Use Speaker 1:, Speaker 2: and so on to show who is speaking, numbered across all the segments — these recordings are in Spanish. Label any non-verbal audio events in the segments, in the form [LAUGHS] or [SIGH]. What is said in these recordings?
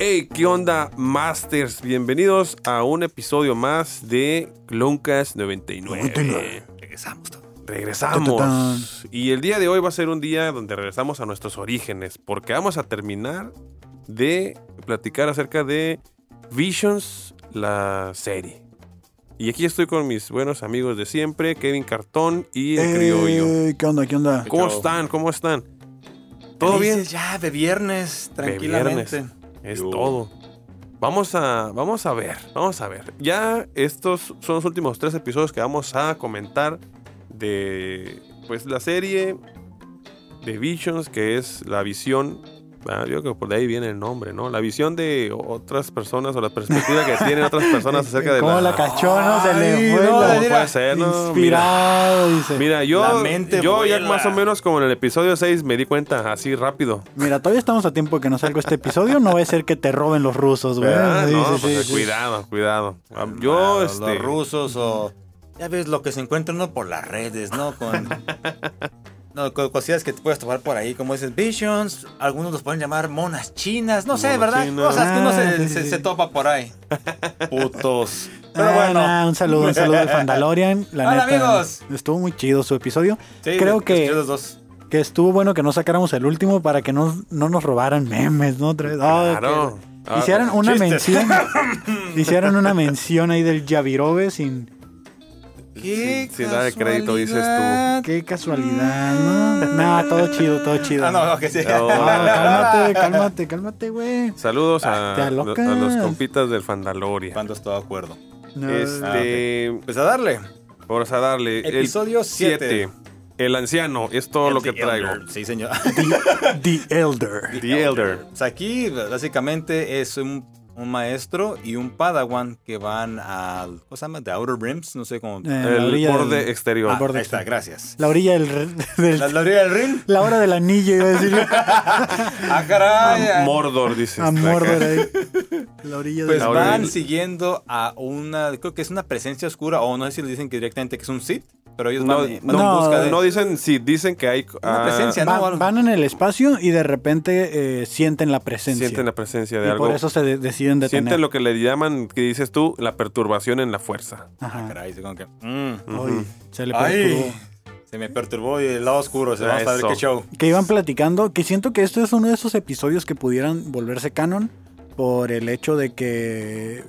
Speaker 1: Hey, ¿qué onda, Masters? Bienvenidos a un episodio más de Cloncast 99. eh,
Speaker 2: 99.
Speaker 3: Regresamos todos.
Speaker 2: Tan,
Speaker 1: Regresamos. Y el día de hoy va a ser un día donde regresamos a nuestros orígenes, porque vamos a terminar de platicar acerca de Visions, la serie. Y aquí estoy con mis buenos amigos de siempre, Kevin Cartón y el criollo.
Speaker 2: Eh, ¿Qué onda? ¿Qué onda?
Speaker 1: ¿Cómo están? ¿Cómo están? ¿Todo bien?
Speaker 3: Felices Ya, de viernes,
Speaker 1: de
Speaker 3: tranquilamente.
Speaker 1: viernes. Es todo. Vamos a, vamos a ver, vamos a ver. Ya estos son los últimos tres episodios que vamos a comentar de pues la serie de Visions, que es la visión. ah, yo creo que por ahí viene el nombre, ¿no? La visión de otras personas o la perspectiva que tienen otras
Speaker 2: [LAUGHS]
Speaker 1: personas acerca de
Speaker 2: Este, ¿Cómo la cachó? No se le
Speaker 3: Ay,
Speaker 2: fue.
Speaker 3: no,
Speaker 2: la-
Speaker 1: ¿Cómo
Speaker 3: mira,
Speaker 1: puede ser, no? Mira,
Speaker 2: Inspirado, dice. Mira.
Speaker 1: mira, yo,
Speaker 3: La mente
Speaker 1: yo ya
Speaker 3: vuela.
Speaker 1: más o menos como en el episodio 6 me di cuenta así rápido.
Speaker 2: todavía estamos a tiempo de que no salga este episodio. No va a ser que te roben los rusos, güey.
Speaker 1: ¿verdad?
Speaker 2: Sí,
Speaker 1: no,
Speaker 2: sí,
Speaker 1: pues,
Speaker 2: sí, sí.
Speaker 1: cuidado, cuidado. Ah,
Speaker 3: Ah,
Speaker 1: Yo,
Speaker 3: los-
Speaker 1: este,
Speaker 3: Los rusos o... Ya ves lo que se encuentra uno por las redes, ¿no? Con... No, con cosillas que te puedes tomar por ahí, como dices, visions, algunos los pueden llamar monas chinas, no sé,
Speaker 1: Monas
Speaker 3: ¿verdad?
Speaker 1: chinas.
Speaker 3: Cosas que uno
Speaker 2: Ah, sí,
Speaker 3: se, se-
Speaker 2: sí.
Speaker 3: se topa por ahí.
Speaker 2: [LAUGHS]
Speaker 3: Putos. Pero
Speaker 2: Ah,
Speaker 3: bueno,
Speaker 2: nah, un saludo, un saludo al Fandalorian. La
Speaker 3: Hola,
Speaker 2: neta,
Speaker 3: amigos.
Speaker 2: Estuvo muy chido su episodio.
Speaker 3: sí,
Speaker 2: creo
Speaker 3: los-
Speaker 2: que-
Speaker 3: los dos.
Speaker 2: Que estuvo bueno que no sacáramos el último para que no, no nos robaran memes, ¿no? Otra vez. Ah,
Speaker 1: Claro.
Speaker 2: que-
Speaker 1: Ah,
Speaker 2: Hicieron una
Speaker 3: chistes.
Speaker 2: mención. hicieron una mención ahí del Yavirobe sin.
Speaker 3: ¿Qué
Speaker 1: sin dar el crédito, dices tú.
Speaker 3: casualidad.
Speaker 2: Qué casualidad, ¿no?
Speaker 3: Mm.
Speaker 2: Nah, todo chido, todo chido.
Speaker 3: Ah, no, no, que sí.
Speaker 1: No.
Speaker 2: No, Ah, cálmate, cálmate, cálmate, güey.
Speaker 1: Saludos a,
Speaker 2: Ah, te
Speaker 1: a los
Speaker 2: alocas.
Speaker 1: compitas del Fandaloria.
Speaker 3: [LAUGHS] Cuando estoy de acuerdo.
Speaker 2: No.
Speaker 1: Este,
Speaker 3: Pues a darle.
Speaker 1: vamos a darle el
Speaker 3: Episodio
Speaker 1: siete.
Speaker 3: siete.
Speaker 1: El anciano, es todo lo que traigo.
Speaker 3: Sí, señor. [LAUGHS]
Speaker 2: The Elder.
Speaker 1: The Elder.
Speaker 3: Pues aquí básicamente es un, un maestro y un padawan que van al... ¿Cómo se llama? The Outer Rims, no sé cómo...
Speaker 2: Eh, la
Speaker 1: El
Speaker 2: orilla
Speaker 1: borde
Speaker 2: del-
Speaker 1: exterior.
Speaker 2: al borde.
Speaker 3: Ahí está, gracias.
Speaker 2: La orilla del. re- del-
Speaker 3: ¿La, la orilla del rim?
Speaker 2: la hora del anillo, iba a decir. yo.
Speaker 3: ¡Ah, caray!
Speaker 1: Ah, Mordor, dices.
Speaker 2: A Mordor ahí. La orilla
Speaker 3: Pues
Speaker 2: del.
Speaker 1: La orilla
Speaker 3: van
Speaker 1: del-
Speaker 3: siguiendo a una... Creo que es una presencia oscura, o no sé si le dicen que directamente que es un Sith, pero ellos
Speaker 1: No,
Speaker 3: van, van
Speaker 1: no,
Speaker 3: en busca de...
Speaker 1: no dicen si dicen que hay ah,
Speaker 3: Una presencia, ¿no?
Speaker 2: Van, van en el espacio y de repente eh, sienten la presencia.
Speaker 1: sienten la presencia de
Speaker 2: y
Speaker 1: algo.
Speaker 2: por eso se de- deciden detener.
Speaker 1: sienten lo que le llaman, que dices tú, la perturbación en la fuerza.
Speaker 3: Ah,
Speaker 2: Ajá.
Speaker 3: caray, sí, como que... mm.
Speaker 2: Ay, se le
Speaker 3: ¡Ay!
Speaker 2: perturbó.
Speaker 3: Se me perturbó y el lado oscuro, se vamos a ver
Speaker 1: Eso.
Speaker 3: qué show.
Speaker 2: que iban platicando, que siento que esto es uno de esos episodios que pudieran volverse canon por el hecho de que,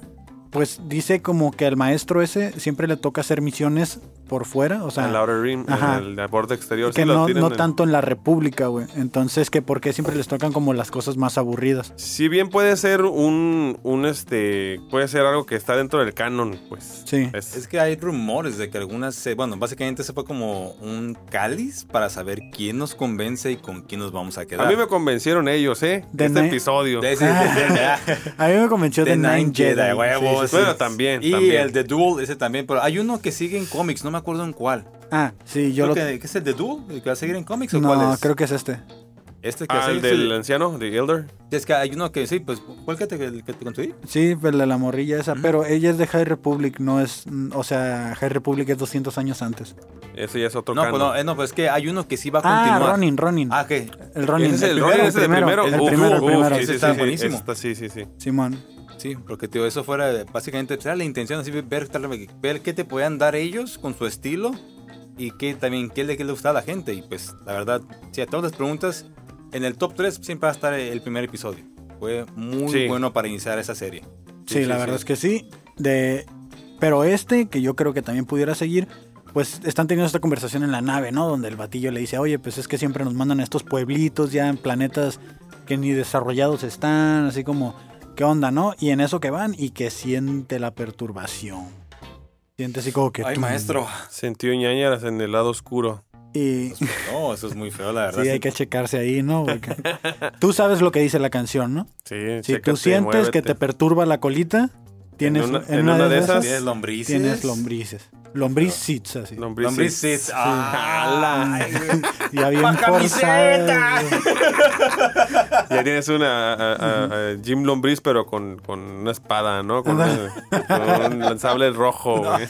Speaker 2: pues dice como que al maestro ese siempre le toca hacer misiones por fuera, o sea,
Speaker 1: el Outer Rim,
Speaker 2: ajá.
Speaker 1: el, el borde exterior.
Speaker 2: que
Speaker 1: sí lo
Speaker 2: no,
Speaker 1: tienen
Speaker 2: no
Speaker 1: en-
Speaker 2: tanto en la República, güey. Entonces, que por qué siempre les tocan como las cosas más aburridas.
Speaker 1: Si bien puede ser un, un este, puede ser algo que está dentro del canon, pues.
Speaker 2: Sí.
Speaker 1: es-
Speaker 3: Es que hay rumores de que algunas se. Bueno, básicamente se fue como un cáliz para saber quién nos convence y con quién nos vamos a quedar.
Speaker 1: a mí me convencieron ellos, ¿eh?
Speaker 2: De
Speaker 1: este
Speaker 2: ne-
Speaker 1: episodio.
Speaker 3: De- sí, de- de-
Speaker 2: [LAUGHS] A mí me convenció
Speaker 3: The
Speaker 2: de Nine,
Speaker 3: Nine
Speaker 2: Jedi.
Speaker 3: Jedi, huevos.
Speaker 2: sí, sí,
Speaker 1: bueno,
Speaker 2: sí.
Speaker 1: también,
Speaker 3: Y
Speaker 1: también.
Speaker 3: el The Duel, ese también. Pero hay uno que sigue en cómics, no me acuerdo en cuál.
Speaker 2: Ah, sí, yo
Speaker 3: Creo
Speaker 2: lo...
Speaker 3: que, ¿Qué es el The Duel? ¿El que va a seguir en cómics o cuál
Speaker 2: No,
Speaker 3: es?
Speaker 2: creo que es este.
Speaker 3: Este que va a
Speaker 1: Ah, el
Speaker 3: seguir,
Speaker 1: del anciano, de Elder.
Speaker 3: sí. Es que hay uno que sí, pues, ¿cuál que te, el que te construí?
Speaker 2: Sí, pues la, la morrilla esa, pero ella es de High Republic, no es, mm, o sea, High Republic es 200 años antes.
Speaker 1: Ese ya es otro
Speaker 3: No,
Speaker 1: canon.
Speaker 3: pues no, eh, no, pues es que hay uno que sí va a
Speaker 2: Ah,
Speaker 3: continuar.
Speaker 2: Ronin, Ronin.
Speaker 3: Ah, ¿qué?
Speaker 2: El Ronin.
Speaker 1: Ese es el,
Speaker 2: primero,
Speaker 1: Ronin, ese es el primero.
Speaker 2: El
Speaker 1: Uf,
Speaker 2: primero, el
Speaker 1: uf,
Speaker 2: primero.
Speaker 1: Sí, sí,
Speaker 3: Está
Speaker 1: sí, sí,
Speaker 3: buenísimo.
Speaker 1: esta sí, sí, sí.
Speaker 2: Simón.
Speaker 3: Sí, porque tío, eso fuera básicamente pues, era la intención, así ver, tal vez, ver qué te podían dar ellos con su estilo y qué también qué le, qué le gusta a la gente. Y pues la verdad, si a todas las preguntas, en el top 3 siempre va a estar el primer episodio. Fue muy
Speaker 1: Sí.
Speaker 3: bueno para iniciar esa serie.
Speaker 2: Sí,
Speaker 1: Sí,
Speaker 2: la
Speaker 1: sí,
Speaker 2: verdad
Speaker 1: sí.
Speaker 2: es que sí. De... Pero este, que yo creo que también pudiera seguir, pues están teniendo esta conversación en la nave, ¿no? Donde el batillo le dice, oye, pues es que siempre nos mandan a estos pueblitos ya en planetas que ni desarrollados están, así como, ¿qué onda, no? Y en eso que van y que siente la perturbación. Siente así como que...
Speaker 3: Ay,
Speaker 2: tum.
Speaker 3: maestro.
Speaker 1: Sentió ñañaras en el lado oscuro.
Speaker 2: Y...
Speaker 1: Pues,
Speaker 3: No, eso es muy feo, la verdad.
Speaker 2: Sí, hay que checarse ahí,
Speaker 1: [LAUGHS]
Speaker 2: ¿no? Porque tú sabes lo que dice la canción, ¿no?
Speaker 1: Sí,
Speaker 2: Si
Speaker 1: chécate,
Speaker 2: tú sientes que te
Speaker 1: muévete.
Speaker 2: perturba la colita, tienes en una, de, esas,
Speaker 3: Tienes lombrices.
Speaker 2: tienes lombrices. Lombricitas, así.
Speaker 1: Lombrices.
Speaker 3: Lombrices. Ah, ay, güey.
Speaker 2: Ya bien
Speaker 3: ¡Pa' camiseta!
Speaker 2: forzada.
Speaker 1: [LAUGHS] Ya tienes una a- a- a- Jim Lombriz, pero con, con una espada, ¿no? Con,
Speaker 2: Ándale.
Speaker 1: una- con un lanzable
Speaker 2: [LAUGHS]
Speaker 1: rojo, güey.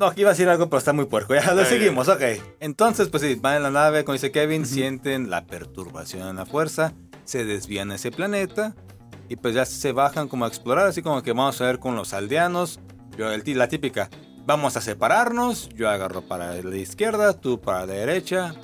Speaker 3: No, aquí iba a decir algo, pero está muy puerco. [LAUGHS] Ya lo seguimos, ok. Entonces, pues sí, van en la nave, como dice Kevin, sienten la perturbación en la fuerza, se desvían a ese planeta y pues ya se bajan como a explorar, así como que vamos a ver con los aldeanos. Yo, el ti- la típica, vamos a separarnos, yo agarro para la izquierda, tú para la derecha,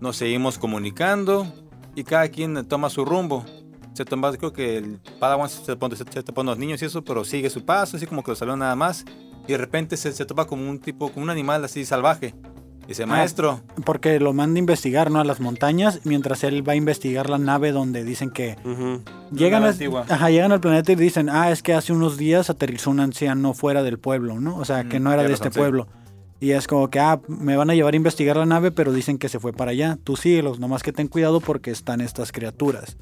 Speaker 3: nos seguimos comunicando y cada quien toma su rumbo. Se toma, creo que el Padawan se pone, se, se topó los niños y eso, pero sigue su paso, así como que lo salió nada más. Y de repente se, se topa como un tipo, como un animal así salvaje. Dice,
Speaker 1: Ah.
Speaker 3: maestro,
Speaker 2: Porque lo manda a investigar, ¿no? A las montañas, mientras él va a investigar la nave donde dicen que
Speaker 1: Ujú.
Speaker 2: Llegan,
Speaker 3: Nave
Speaker 2: a-
Speaker 3: antigua.
Speaker 2: ajá, llegan al planeta y dicen, ah, es que hace unos días aterrizó un anciano fuera del pueblo, ¿no? O sea, que
Speaker 3: Mm,
Speaker 2: no era de
Speaker 3: tienes
Speaker 2: este
Speaker 3: razón, sí.
Speaker 2: pueblo. Y es como que, ah, me van a llevar a investigar la nave, pero dicen que se fue para allá. Tú síguelos, nomás que ten cuidado porque están estas criaturas.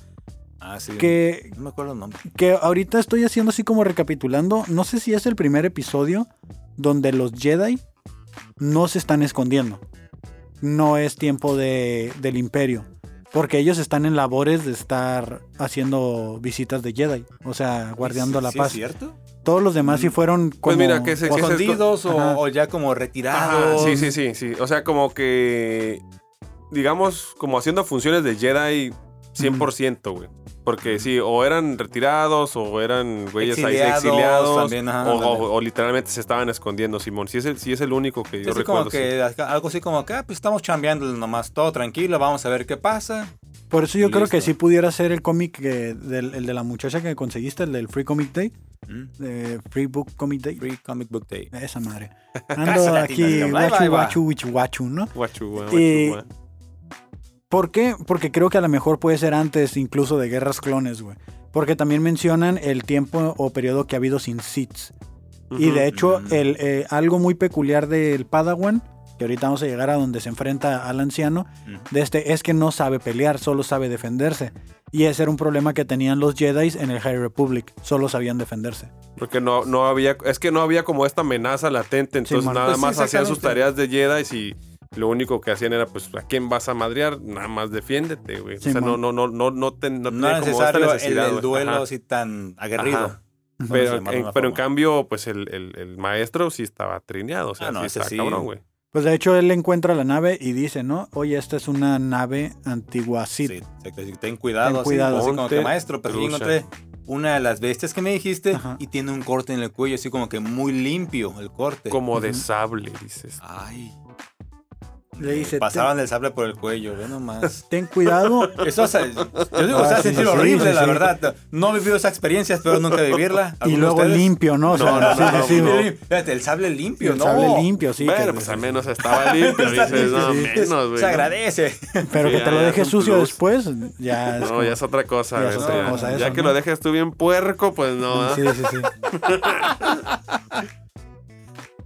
Speaker 3: ah, sí,
Speaker 2: Que,
Speaker 3: no me acuerdo el nombre.
Speaker 2: que ahorita estoy haciendo así como recapitulando, no sé si es el primer episodio donde los Jedi no se están escondiendo. No es tiempo de, del imperio. Porque ellos están en labores de estar haciendo visitas de Jedi. O sea, guardiando
Speaker 3: Sí,
Speaker 2: la
Speaker 3: sí,
Speaker 2: paz.
Speaker 3: ¿Es cierto?
Speaker 2: Todos los demás sí
Speaker 3: Mm.
Speaker 2: fueron como...
Speaker 1: Pues mira, que se,
Speaker 3: O
Speaker 1: que se esco-
Speaker 3: escondidos o,
Speaker 2: Ajá.
Speaker 3: o ya como
Speaker 1: Ah,
Speaker 3: retirados.
Speaker 1: sí, sí, sí, sí. O sea, como que. Digamos, como haciendo funciones de Jedi 100%, güey. Porque sí, o eran retirados, o eran güeyes ahí
Speaker 3: Exiliados
Speaker 1: exiliados.
Speaker 3: también, ajá,
Speaker 1: o,
Speaker 3: ándale.
Speaker 1: o- o literalmente se estaban escondiendo, Simón. Sí es el, sí es el único que
Speaker 3: Sí,
Speaker 1: yo
Speaker 3: así
Speaker 1: recuerdo.
Speaker 3: como
Speaker 1: sí.
Speaker 3: que acá- algo así como acá, pues estamos chambeando nomás, todo tranquilo, vamos a ver qué pasa.
Speaker 2: Por eso yo creo que
Speaker 3: Listo.
Speaker 2: sí pudiera ser el cómic que- del, el de la muchacha que conseguiste, el del Free Comic Day.
Speaker 1: Mm.
Speaker 2: eh, Free Book Comic Day.
Speaker 3: Free Comic Book Day.
Speaker 2: Esa
Speaker 3: [LAUGHS]
Speaker 2: madre.
Speaker 3: Gracias,
Speaker 2: Ando
Speaker 3: latino,
Speaker 2: aquí,
Speaker 3: digo, bye, bye,
Speaker 2: guachu,
Speaker 3: bye.
Speaker 2: guachu, guichu, guachu, ¿no?
Speaker 1: Guachúa,
Speaker 2: Y-
Speaker 1: guachúa.
Speaker 2: ¿Por qué? Porque creo que a lo mejor puede ser antes incluso de Guerras Clones, güey. Porque también mencionan el tiempo o periodo que ha habido sin Sith. Y
Speaker 1: Ujú.
Speaker 2: de hecho,
Speaker 3: ujú.
Speaker 2: el, eh, algo muy peculiar del Padawan, que ahorita vamos a llegar a donde se enfrenta al anciano,
Speaker 3: Ujú.
Speaker 2: de este, es que no sabe pelear, solo sabe defenderse. Y ese era un problema que tenían los Jedi en el High Republic, solo sabían defenderse.
Speaker 1: Porque no, no había, es que no había como esta amenaza latente, entonces
Speaker 2: man.
Speaker 1: nada
Speaker 3: Pues sí,
Speaker 1: más hacían sus
Speaker 3: exactamente.
Speaker 1: tareas de Jedi y lo único que hacían era pues a quién vas a madrear, nada más defiéndete, güey.
Speaker 2: Sí,
Speaker 1: o sea, no,
Speaker 2: man.
Speaker 1: no, no, no, no, ten- no
Speaker 3: No
Speaker 1: tenía
Speaker 3: era
Speaker 1: como esta
Speaker 3: necesario el,
Speaker 1: necesidad.
Speaker 3: el
Speaker 1: güey.
Speaker 3: duelo
Speaker 1: Ajá.
Speaker 3: así tan aguerrido.
Speaker 1: Ajá.
Speaker 3: Bueno, se
Speaker 1: Pero,
Speaker 3: llama
Speaker 1: en,
Speaker 3: una
Speaker 1: pero en
Speaker 3: forma.
Speaker 1: cambio, pues el, el- el maestro sí estaba trineado, o sea,
Speaker 3: Ah, no,
Speaker 1: sí
Speaker 3: ese
Speaker 1: estaba
Speaker 3: sí.
Speaker 1: cabrón, güey.
Speaker 2: Pues de hecho, él encuentra la nave y dice, ¿no? Oye, esta es una nave antigua Sith.
Speaker 3: Sí, exacto, así que ten cuidado.
Speaker 2: Ten
Speaker 3: así,
Speaker 2: cuidado.
Speaker 3: así como que
Speaker 1: Ponte
Speaker 3: maestro, pero yo
Speaker 1: trucha.
Speaker 3: encontré una de las bestias que me dijiste
Speaker 2: Ajá.
Speaker 3: y tiene un corte en el cuello, así como que muy limpio el corte.
Speaker 1: Como de
Speaker 2: Ujú.
Speaker 1: sable, dices.
Speaker 3: Ay.
Speaker 2: Le dice,
Speaker 3: Pasaban el sable por el cuello, ve nomás.
Speaker 1: [LAUGHS]
Speaker 2: ten cuidado,
Speaker 3: Eso, o sea, yo digo,
Speaker 2: Ah,
Speaker 3: o sea,
Speaker 2: sí,
Speaker 3: sentir
Speaker 2: sí,
Speaker 3: horrible,
Speaker 2: sí,
Speaker 3: la
Speaker 2: sí.
Speaker 3: verdad. No he vivido esa experiencia, espero nunca
Speaker 1: [LAUGHS]
Speaker 3: vivirla.
Speaker 2: Y
Speaker 3: ¿Alguno de
Speaker 2: luego
Speaker 3: ustedes?
Speaker 2: limpio, ¿no? O sea,
Speaker 1: No, no,
Speaker 2: sí,
Speaker 1: no,
Speaker 2: sí, sí.
Speaker 1: no.
Speaker 3: Fíjate, el sable limpio,
Speaker 2: El
Speaker 3: ¿no?
Speaker 2: sable limpio, sí. que-
Speaker 1: bueno, pues al menos estaba limpio, dices, no,
Speaker 2: Sí,
Speaker 1: menos, güey.
Speaker 3: Se
Speaker 1: ¿no?
Speaker 3: agradece.
Speaker 2: pero que
Speaker 1: Sí,
Speaker 2: te lo
Speaker 1: ya es
Speaker 2: dejes
Speaker 1: un
Speaker 2: sucio
Speaker 1: plus.
Speaker 2: después,
Speaker 1: [LAUGHS]
Speaker 2: ya es
Speaker 1: No,
Speaker 2: como-
Speaker 1: ya es otra cosa.
Speaker 2: Ya es
Speaker 1: güey,
Speaker 2: otra
Speaker 1: ya.
Speaker 2: cosa
Speaker 1: Ya
Speaker 2: eso,
Speaker 1: que
Speaker 2: ¿no?
Speaker 1: lo dejes tú bien puerco, pues no. ¿ah?
Speaker 2: Sí, sí, sí.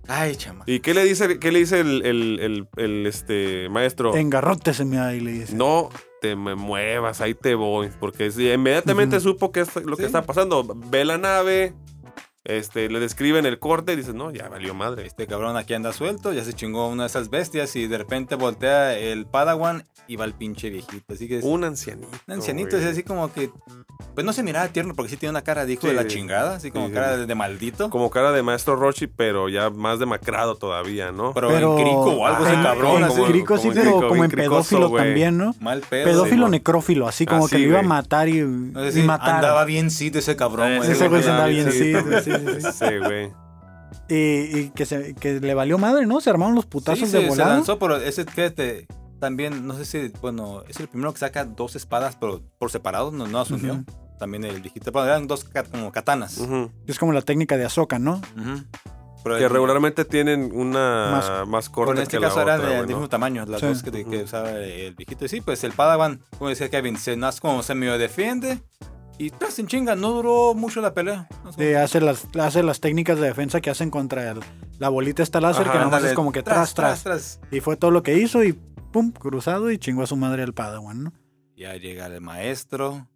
Speaker 3: Ay, chama.
Speaker 1: ¿Y qué le dice, qué le dice el, el- el- el, este, maestro?
Speaker 2: Engarrótese, mira, y le dice.
Speaker 1: No te me muevas, ahí te voy. Porque sí, inmediatamente
Speaker 2: Ujú.
Speaker 1: supo que es lo que
Speaker 3: Sí.
Speaker 1: está pasando. Ve la nave, este, le describen el corte y dices, no, ya valió madre.
Speaker 3: Este cabrón aquí anda suelto, ya se chingó una de esas bestias y de repente voltea el Padawan y va el pinche viejito. Así que es un
Speaker 1: Un ancianito.
Speaker 3: ancianito,
Speaker 1: güey.
Speaker 3: es así como que. Pues no se miraba tierno porque sí tiene una cara de hijo
Speaker 1: Sí.
Speaker 3: de la chingada, así como
Speaker 1: Sí, sí.
Speaker 3: cara de, de maldito.
Speaker 1: Como cara de maestro Rochi, pero ya más demacrado todavía, ¿no?
Speaker 3: Pero, en crico o algo
Speaker 1: ese
Speaker 3: así,
Speaker 2: Ajá,
Speaker 3: cabrón.
Speaker 2: en
Speaker 1: como-
Speaker 3: Así,
Speaker 2: crico, sí,
Speaker 1: como en
Speaker 2: pero
Speaker 1: crico,
Speaker 2: como en
Speaker 1: bien cricoso,
Speaker 2: pedófilo
Speaker 1: güey.
Speaker 2: también, ¿no?
Speaker 3: mal pedo.
Speaker 2: Pedófilo
Speaker 1: sí,
Speaker 2: necrófilo, así como
Speaker 1: Así,
Speaker 2: que lo iba a
Speaker 1: güey.
Speaker 2: matar y,
Speaker 3: No sé
Speaker 2: y
Speaker 3: si
Speaker 2: matar.
Speaker 3: Andaba bien sí ese cabrón. güey.
Speaker 2: ese güey se andaba bien, sí,
Speaker 1: también.
Speaker 2: sí, sí, sí.
Speaker 1: Sí, güey.
Speaker 2: Y, y que, se, que le valió madre, ¿no? Se armaron los putazos
Speaker 3: sí,
Speaker 2: de
Speaker 3: se, se
Speaker 2: volada.
Speaker 3: lanzó, pero ese fíjate, también, no sé si, bueno, es el primero que saca dos espadas, pero por separado, no, no asumió.
Speaker 2: Ujú.
Speaker 3: También el viejito, pero eran dos ca- como katanas.
Speaker 1: Ujú.
Speaker 2: Es como la técnica de Azoka, ¿no?
Speaker 3: Ujú. Pero
Speaker 1: Que
Speaker 3: el-
Speaker 1: regularmente tienen una
Speaker 2: Más-
Speaker 1: más,
Speaker 3: Pero
Speaker 1: corta
Speaker 3: en este
Speaker 1: que la
Speaker 3: caso eran
Speaker 1: otra,
Speaker 3: de- del
Speaker 1: güey, ¿no?
Speaker 3: mismo tamaño, las
Speaker 2: Sí.
Speaker 3: dos que, que
Speaker 1: Ujú.
Speaker 3: usaba el viejito. Y sí, pues el Padawan, como decía Kevin, se nace como se medio defiende. Y tras en chinga, no duró mucho la pelea. No sé.
Speaker 2: De hace, las, hace las técnicas de defensa que hacen contra el- la bolita esta láser,
Speaker 1: Ajá,
Speaker 2: que nada más
Speaker 3: Ándale,
Speaker 2: es como que tras, tras. Y fue todo lo que hizo y pum, cruzado y chingó a su madre el Padawan, ¿no?
Speaker 3: Ya llega el maestro.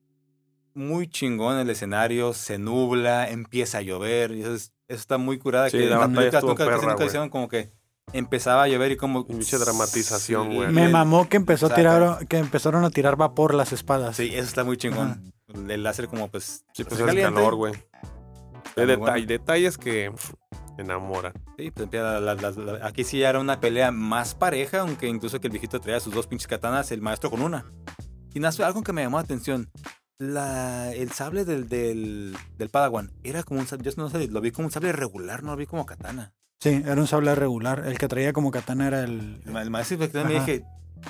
Speaker 3: Muy chingón el escenario, se nubla, empieza a llover. Y eso, es- eso está muy curada.
Speaker 1: Sí,
Speaker 3: que
Speaker 1: la
Speaker 3: las
Speaker 1: batalla
Speaker 3: películas
Speaker 1: estuvo
Speaker 3: nunca, casi
Speaker 1: perra,
Speaker 3: nunca
Speaker 1: güey.
Speaker 3: hicieron como que empezaba a llover y como.
Speaker 1: Mucha dramatización, güey.
Speaker 2: Me
Speaker 1: Bien.
Speaker 2: mamó que empezó a
Speaker 3: Exacto.
Speaker 2: tirar, que empezaron a tirar vapor las espadas.
Speaker 3: Sí, eso está muy chingón. El láser, como pues.
Speaker 1: Sí, pues es
Speaker 3: se
Speaker 1: el
Speaker 3: calienta y-
Speaker 1: calor, güey.
Speaker 3: muy
Speaker 1: Hay
Speaker 3: bueno.
Speaker 1: detalle, detalles que pff, enamoran.
Speaker 3: Sí, pues empieza la- la- la- aquí sí ya era una pelea más pareja, aunque incluso que el viejito traía sus dos pinches katanas, el maestro con una. Y nació algo que me llamó la atención. la, el sable del, del, del Padawan era como un sable, yo no sé, lo vi como un sable regular, no lo vi como katana.
Speaker 2: Sí, era un sable regular. El que traía como katana era el.
Speaker 3: El, ma- el maestro Spectrum me
Speaker 2: Ajá.
Speaker 3: dije,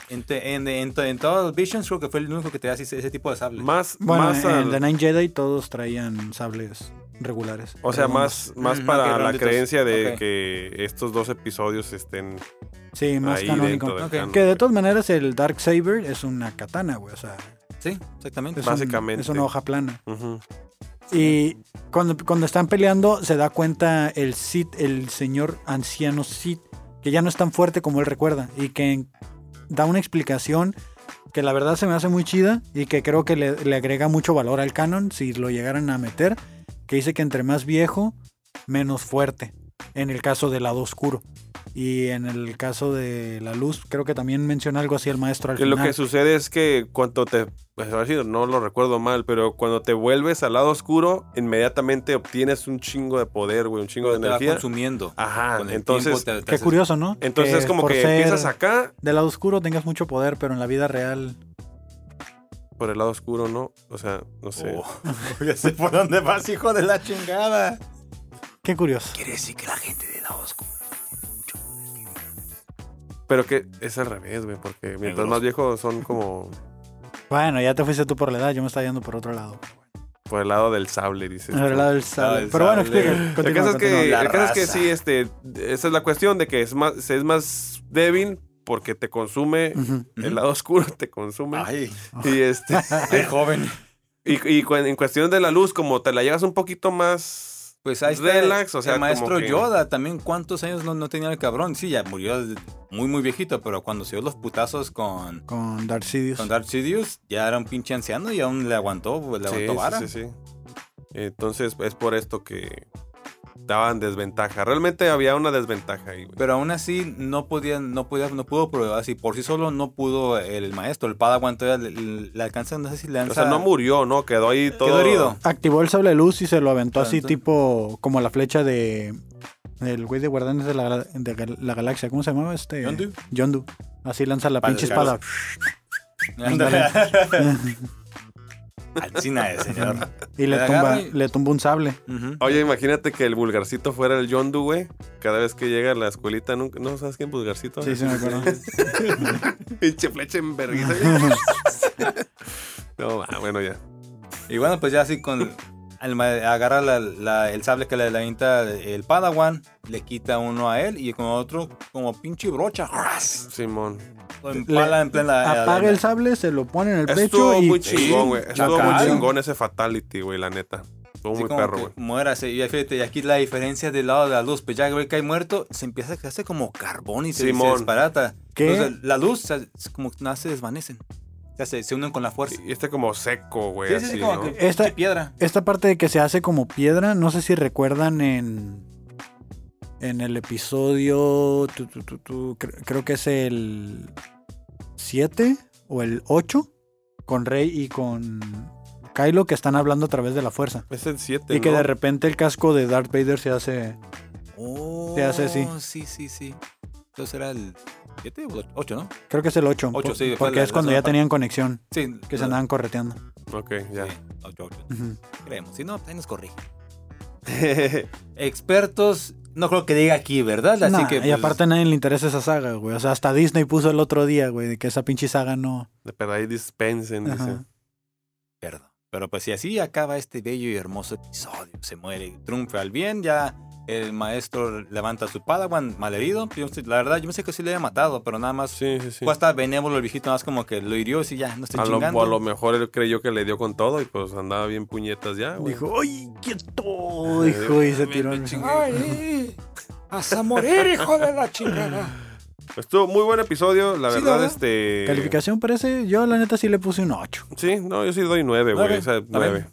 Speaker 3: en, te- en, en, en todos los Visions creo que fue el único que te hace ese, ese tipo de sable.
Speaker 1: Más,
Speaker 2: Bueno,
Speaker 1: más
Speaker 2: en
Speaker 1: al-
Speaker 2: The Nine Jedi todos traían sables regulares.
Speaker 1: o sea,
Speaker 2: redondos.
Speaker 1: más, más
Speaker 3: Ujú,
Speaker 1: para
Speaker 3: que
Speaker 1: la
Speaker 3: ronditos.
Speaker 1: creencia de
Speaker 3: Ok.
Speaker 1: que estos dos episodios estén
Speaker 2: Sí, más
Speaker 1: ahí
Speaker 2: canónico.
Speaker 1: dentro del
Speaker 3: Ok.
Speaker 1: canon.
Speaker 2: Que de todas maneras el Dark Saber es una katana, güey. O sea,
Speaker 3: Sí, exactamente.
Speaker 2: es, un-
Speaker 1: Básicamente.
Speaker 2: es una hoja plana.
Speaker 1: Ujú.
Speaker 2: Y cuando, cuando están peleando, se da cuenta el Sith, el señor anciano Sith, que ya no es tan fuerte como él recuerda. Y que en- da una explicación que la verdad se me hace muy chida y que creo que le, le agrega mucho valor al canon si lo llegaran a meter. Que dice que entre más viejo, menos fuerte. En el caso del lado oscuro. Y en el caso de la luz, creo que también menciona algo así el maestro al
Speaker 1: Que lo
Speaker 2: final.
Speaker 1: que sucede es que cuando te. pues, ahora sí, no lo recuerdo mal, pero cuando te vuelves al lado oscuro, inmediatamente obtienes un chingo de poder, güey, un chingo de
Speaker 3: Te va
Speaker 1: energía.
Speaker 3: consumiendo.
Speaker 1: Ajá,
Speaker 3: Con el
Speaker 1: entonces.
Speaker 3: tiempo te- te
Speaker 2: Qué
Speaker 3: haces-
Speaker 2: curioso, ¿no?
Speaker 1: Entonces es como
Speaker 2: por
Speaker 1: que
Speaker 2: ser
Speaker 1: empiezas acá
Speaker 2: Del lado oscuro tengas mucho poder, pero en la vida real
Speaker 1: por el lado oscuro, ¿no? O sea, no sé.
Speaker 3: Oh, [LAUGHS] ya sé por dónde vas, hijo de la chingada.
Speaker 2: Qué curioso.
Speaker 3: Quiere decir que la gente de la oscura.
Speaker 1: Pero que es al revés, güey, porque mientras más viejos son como
Speaker 2: Bueno, ya te fuiste tú por la edad, yo me estaba yendo por otro lado.
Speaker 1: por el lado del sable, dices.
Speaker 2: Por el lado del sable.
Speaker 3: del
Speaker 2: Pero bueno,
Speaker 3: sable.
Speaker 2: explica.
Speaker 1: El
Speaker 2: continúa,
Speaker 1: caso, es que,
Speaker 2: continúa.
Speaker 3: La
Speaker 1: el caso es que
Speaker 3: raza.
Speaker 1: sí, este, esa es la cuestión de que es más, se es más débil porque te consume,
Speaker 2: Ujú.
Speaker 1: el lado [LAUGHS] oscuro te consume.
Speaker 3: Ay,
Speaker 1: Y este,
Speaker 3: ay, joven.
Speaker 1: y, y cu- en cuestión de la luz, como te la llevas un poquito más
Speaker 3: Pues ahí está
Speaker 1: relax, o sea,
Speaker 3: el maestro
Speaker 1: como que-
Speaker 3: Yoda también. ¿Cuántos años no, no tenía el cabrón? Sí, ya murió de- muy, muy viejito, pero cuando se dio los putazos con,
Speaker 2: Con Darth Sidious.
Speaker 3: con Darth Sidious, ya era un pinche anciano y aún le aguantó, pues, le
Speaker 1: Sí,
Speaker 3: aguantó vara.
Speaker 1: sí, sí, sí. Entonces, es por esto que daban desventaja. Realmente había una desventaja ahí, güey.
Speaker 3: Pero aún así no podían, no podía, no pudo probar. Así por sí solo no pudo el maestro, el padawan todavía le, le- le alcanza, no sé si le
Speaker 1: O
Speaker 3: lanza.
Speaker 1: sea, no murió, ¿no? Quedó ahí todo.
Speaker 3: Quedó herido.
Speaker 2: Activó el sable de luz y se lo aventó así,
Speaker 3: Aventó.
Speaker 2: tipo como la flecha de. Del güey de Guardianes de la, Gal- de Gal- la Galaxia. ¿Cómo se llamaba este?
Speaker 3: Yondu.
Speaker 2: Yondu. Así lanza la
Speaker 3: Para
Speaker 2: pinche espada.
Speaker 3: descargar. Ándale. [LAUGHS] Alcina de señor.
Speaker 2: Y le
Speaker 3: Le
Speaker 2: tumba,
Speaker 3: agarra y-
Speaker 2: le tumba un sable.
Speaker 3: Ujú.
Speaker 1: Oye, imagínate que el vulgarcito fuera el Yondu, güey. Cada vez que llega a la escuelita, nunca. ¿No sabes quién vulgarcito?
Speaker 2: Sí, sí, me acuerdo.
Speaker 1: [LAUGHS] Pinche flecha en vergüenza.
Speaker 2: [LAUGHS]
Speaker 1: no, va, bueno, ya.
Speaker 3: Y bueno, pues ya así con. al ma- agarra la- la- el sable que le le avienta el Padawan, le quita uno a él y con otro, como pinche brocha, ¡ras!
Speaker 1: Simón.
Speaker 3: lo empala en plena.
Speaker 2: Apaga el sable, se lo pone en el
Speaker 1: Estuvo
Speaker 2: pecho y.
Speaker 1: muy chingón, güey. Estuvo muy
Speaker 2: Chacal.
Speaker 1: chingón ese fatality, güey, la neta. Estuvo
Speaker 3: Así
Speaker 1: muy
Speaker 3: como
Speaker 1: perro,
Speaker 3: que
Speaker 1: güey.
Speaker 3: muérase. Y fíjate, y aquí la diferencia del lado de la luz, pues ya que cae muerto, se empieza a hacer como carbón y se, se
Speaker 1: Simón.
Speaker 3: desbarata.
Speaker 2: ¿Qué?
Speaker 3: Entonces, la luz se- es como que nace, desvanecen. Ya se, se unen con la fuerza.
Speaker 1: Y este como seco, güey.
Speaker 3: Sí, sí,
Speaker 1: así,
Speaker 3: sí, como
Speaker 1: ¿no?
Speaker 3: que
Speaker 2: Esta-
Speaker 3: pinche piedra.
Speaker 2: Esta parte de que se hace como piedra, no sé si recuerdan en. En el episodio. tu, tu, tu, tu, cre- creo que es el 7 o el 8. Con Rey y con Kylo que están hablando a través de la fuerza.
Speaker 1: Es el 7.
Speaker 2: Y que de repente el casco de Darth Vader se hace.
Speaker 3: Oh,
Speaker 2: Te hace así.
Speaker 3: Sí, sí, sí. Entonces era el 7 o 8, ¿no?
Speaker 2: Creo que es el 8.
Speaker 3: Ocho, sí, fue
Speaker 2: porque
Speaker 3: la-
Speaker 2: es
Speaker 3: la
Speaker 2: cuando
Speaker 3: segunda
Speaker 2: ya
Speaker 3: parte.
Speaker 2: tenían conexión.
Speaker 3: Sí.
Speaker 2: Que se andaban correteando.
Speaker 1: Ok, ya.
Speaker 3: 8, 8.
Speaker 2: Ujú.
Speaker 3: Creemos. Si no, ahí nos corrige.
Speaker 1: [LAUGHS]
Speaker 3: Expertos, no creo que diga aquí, ¿verdad? Así
Speaker 2: Nah,
Speaker 3: que.
Speaker 2: y
Speaker 3: pues,
Speaker 2: aparte a nadie le interesa esa saga, güey. O sea, hasta Disney puso el otro día, güey, de que esa pinche saga no.
Speaker 1: Pero ahí dispensen,
Speaker 2: Ajá.
Speaker 1: dice.
Speaker 3: Perdón. Pero pues si así acaba este bello y hermoso episodio, se muere, triunfa al bien, ya el maestro levanta su padawan malherido. Yo no sé, la verdad, yo pensé que sí le había matado, pero nada más
Speaker 1: Sí, sí, sí.
Speaker 3: fue hasta benévolo el viejito, nada más como que lo hirió y ya, no estoy
Speaker 1: A lo,
Speaker 3: Pues, chingando.
Speaker 1: a lo mejor él creyó que le dio con todo y pues andaba bien puñetas ya, güey.
Speaker 2: Dijo, ¡ay, quieto! Dijo, y se
Speaker 1: Ah, Me-
Speaker 2: tiró.
Speaker 1: me
Speaker 2: al-
Speaker 1: chingué.
Speaker 3: [LAUGHS]
Speaker 4: Ay, hasta morir, hijo de la chingada.
Speaker 1: Estuvo muy buen episodio, la
Speaker 4: Sí,
Speaker 1: verdad,
Speaker 4: ¿verdad?
Speaker 1: este...
Speaker 2: Calificación parece, yo la neta sí le puse un 8.
Speaker 1: Sí, no, yo sí doy nueve, güey.
Speaker 3: Nueve,
Speaker 1: O sea,
Speaker 3: está bien.
Speaker 1: nueve.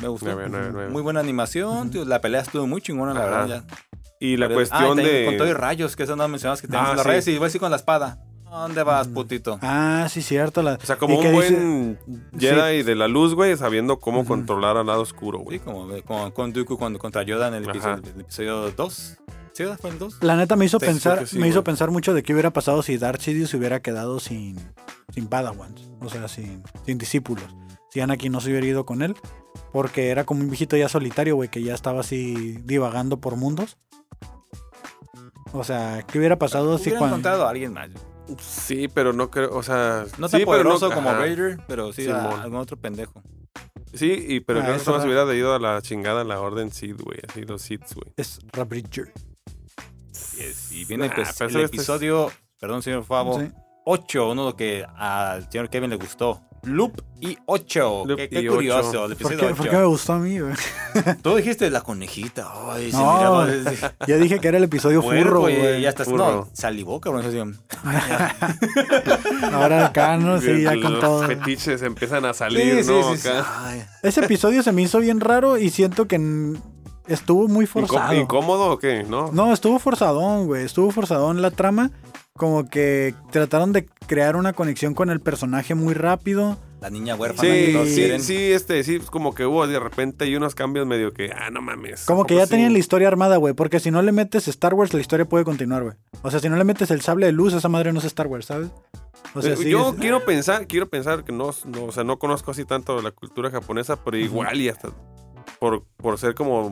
Speaker 3: Me gustó.
Speaker 1: Nueve, nueve, nueve.
Speaker 3: Muy buena animación, tío, la pelea estuvo muy chingona, la
Speaker 1: Ajá.
Speaker 3: verdad. Ya.
Speaker 1: Y la
Speaker 3: Pero- ah, y
Speaker 1: cuestión
Speaker 3: también
Speaker 1: de...
Speaker 3: Con todo y rayos, que eso no mencionabas que tenías
Speaker 1: Ah,
Speaker 3: las
Speaker 1: sí. Mm.
Speaker 3: rayos, y voy así con la espada. ¿A ¿Dónde vas, putito?
Speaker 2: Ah, sí, cierto. La...
Speaker 1: O sea, como un buen Jedi de la luz, güey, sabiendo cómo
Speaker 2: Ujú.
Speaker 1: controlar al lado oscuro,
Speaker 3: Sí,
Speaker 1: güey.
Speaker 3: como con, con Dooku cuando contra Yoda en el
Speaker 1: Ajá.
Speaker 3: episodio, el episodio 2. ¿Sí, fue el 2?
Speaker 2: La neta me hizo
Speaker 1: Sí, creo
Speaker 2: pensar,
Speaker 1: que sí,
Speaker 2: me
Speaker 1: güey.
Speaker 2: hizo pensar mucho de qué hubiera pasado si Darth Sidious se hubiera quedado sin, sin Padawans, o sea, sin, sin discípulos. si Anakin no se hubiera ido con él. Porque era como un viejito ya solitario, güey, que ya estaba así divagando por mundos. O sea, ¿qué hubiera pasado si
Speaker 3: Hubiera
Speaker 2: cuando...
Speaker 3: encontrado a alguien más.
Speaker 1: Sí, pero no creo, o sea...
Speaker 3: No
Speaker 1: sí,
Speaker 3: tan
Speaker 1: pero
Speaker 3: poderoso como
Speaker 1: ajá.
Speaker 3: Vader, pero sí a
Speaker 1: Simón.
Speaker 3: algún otro pendejo.
Speaker 1: Sí, y, pero
Speaker 2: Ah,
Speaker 1: creo que
Speaker 2: eso
Speaker 1: eso más
Speaker 2: era-
Speaker 1: hubiera ido a la chingada la orden Sith, güey. Así los Sith, güey.
Speaker 2: Es Rabridger.
Speaker 3: Y viene
Speaker 1: Ah,
Speaker 3: pues,
Speaker 1: pero
Speaker 3: el
Speaker 1: eso este es-
Speaker 3: episodio, perdón señor Favo,
Speaker 2: Sí.
Speaker 3: 8, uno que al señor Kevin le gustó. Loop y 8.
Speaker 1: Loop
Speaker 3: qué
Speaker 1: y
Speaker 3: qué
Speaker 1: ocho.
Speaker 3: curioso, el
Speaker 2: ¿Por
Speaker 3: episodio
Speaker 2: qué,
Speaker 3: 8.
Speaker 2: por qué me gustó a mí, güey?
Speaker 3: Tú dijiste la conejita. Ay, se
Speaker 2: No,
Speaker 3: miraba
Speaker 2: güey.
Speaker 1: [LAUGHS]
Speaker 3: desde-
Speaker 2: Ya dije que era el episodio furro,
Speaker 3: Puerco, y
Speaker 2: güey.
Speaker 3: Ya estás,
Speaker 1: Furro.
Speaker 3: no, salivó, cabrón. eso sí.
Speaker 2: Ahora acá,
Speaker 1: [LAUGHS]
Speaker 2: ¿no? Sí, ya con
Speaker 1: los
Speaker 2: todo.
Speaker 1: fetiches empiezan a salir, ¿no? Acá.
Speaker 3: Ay,
Speaker 2: Ese episodio se me hizo bien raro y siento que mm, estuvo muy
Speaker 1: Incó-
Speaker 2: forzado.
Speaker 1: ¿Incómodo o qué? No.
Speaker 2: No, estuvo forzadón, güey. Estuvo forzadón la trama. Como que trataron de crear una conexión con el personaje muy rápido.
Speaker 3: La niña huérfana. que
Speaker 1: Sí,
Speaker 3: todos
Speaker 1: sí,
Speaker 3: quieren.
Speaker 1: sí, este, sí, como que hubo de repente y unos cambios medio que, ah, no mames.
Speaker 2: Como que
Speaker 1: ¿Cómo
Speaker 2: ya
Speaker 1: sí?
Speaker 2: tenían la historia armada, güey. Porque si no le metes Star Wars, la historia puede continuar, güey. O sea, si no le metes el sable de luz, esa madre no es Star Wars, ¿sabes? O sea,
Speaker 1: Eh,
Speaker 2: sí,
Speaker 1: Yo
Speaker 2: es-
Speaker 1: quiero pensar, quiero pensar que no, no, o sea, no conozco así tanto la cultura japonesa, pero igual y hasta por, por ser como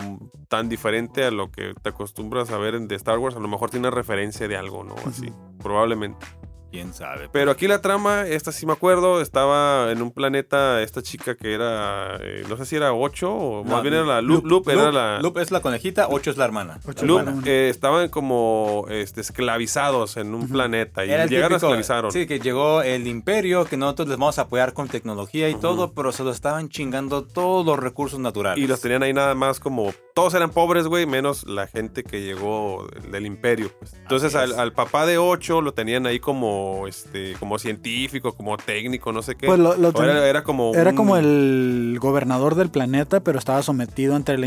Speaker 1: tan diferente a lo que te acostumbras a ver en de Star Wars, a lo mejor tiene referencia de algo, ¿no? Así, probablemente.
Speaker 3: Quién sabe.
Speaker 1: Pero aquí la trama, esta sí me acuerdo, estaba en un planeta esta chica que era, eh, no sé si era 8 o más
Speaker 3: No,
Speaker 1: bien era la Loop, Loop, era la...
Speaker 3: Loop es la conejita, 8 es la hermana.
Speaker 2: Ocho
Speaker 3: La
Speaker 2: es la
Speaker 1: Loop,
Speaker 3: hermana.
Speaker 1: eh, estaban como este, esclavizados en un planeta y
Speaker 3: Era el
Speaker 1: llegaron
Speaker 3: típico-
Speaker 1: esclavizaron.
Speaker 3: Sí, que llegó el imperio, que nosotros les vamos a apoyar con tecnología y todo, pero se lo estaban chingando todos los recursos naturales.
Speaker 1: Y los tenían ahí nada más como. Todos eran pobres, güey, menos la gente que llegó del, del imperio. pues. Entonces
Speaker 3: Así
Speaker 1: al,
Speaker 3: es.
Speaker 1: al papá de ocho lo tenían ahí como este como científico, como técnico, no sé qué.
Speaker 2: Pues lo- lo
Speaker 1: O
Speaker 2: ten-
Speaker 1: era, era como.
Speaker 2: Era
Speaker 1: un-
Speaker 2: como el gobernador del planeta, pero estaba sometido ante la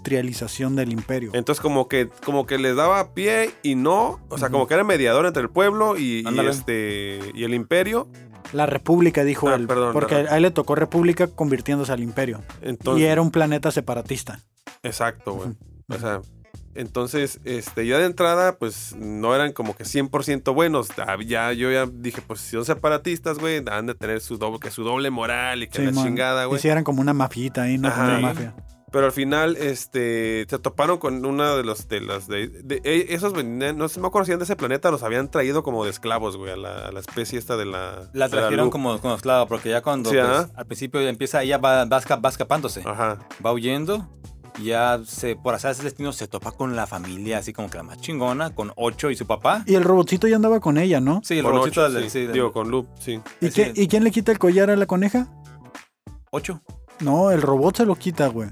Speaker 2: industrialización del imperio.
Speaker 1: Entonces como que, como que les daba pie y no. O sea, como que era mediador entre el pueblo y, y
Speaker 3: Ándale.
Speaker 1: este. y el imperio.
Speaker 2: La República, dijo
Speaker 1: Ah,
Speaker 2: él.
Speaker 1: perdón,
Speaker 2: porque
Speaker 1: perdón.
Speaker 2: a él le tocó República convirtiéndose al imperio.
Speaker 1: Entonces,
Speaker 2: y era un planeta separatista.
Speaker 1: Exacto, güey. O sea, entonces, este, ya de entrada, pues no eran como que 100% buenos. Ah, Ya, yo ya dije, pues si son separatistas, güey, han de tener su doble, que su doble moral y que la
Speaker 2: Simón.
Speaker 1: chingada,
Speaker 2: y
Speaker 1: güey.
Speaker 2: sí, eran como una mafita ahí, ¿no? Como
Speaker 1: Ajá.
Speaker 2: una mafia.
Speaker 1: Pero al final, este, se toparon con una de los, de las, de, de- eh, esos, venían- no sé, me acuerdo si eran de ese planeta, los habían traído como de esclavos, güey, a la, a la especie esta de la...
Speaker 3: La
Speaker 1: de la
Speaker 3: trajeron
Speaker 1: Lu.
Speaker 3: como con esclava, porque ya cuando
Speaker 1: Sí,
Speaker 3: pues,
Speaker 1: ajá.
Speaker 3: al principio ya empieza, ella va, va, esca- va escapándose,
Speaker 1: Ajá.
Speaker 3: va huyendo, ya se, por azar ese destino se topa con la familia, así como que la más chingona, con Ocho y su papá.
Speaker 2: Y el robotcito ya andaba con ella, ¿no?
Speaker 3: Sí, el
Speaker 1: Con
Speaker 3: robotito
Speaker 1: ocho,
Speaker 3: del-
Speaker 1: sí.
Speaker 3: sí, del-
Speaker 1: Digo, con Loop, sí.
Speaker 2: ¿Y,
Speaker 3: Así
Speaker 2: quién-
Speaker 3: es.
Speaker 2: ¿Y quién le quita el collar a la coneja?
Speaker 3: Ocho.
Speaker 2: No, el robot se lo quita, güey.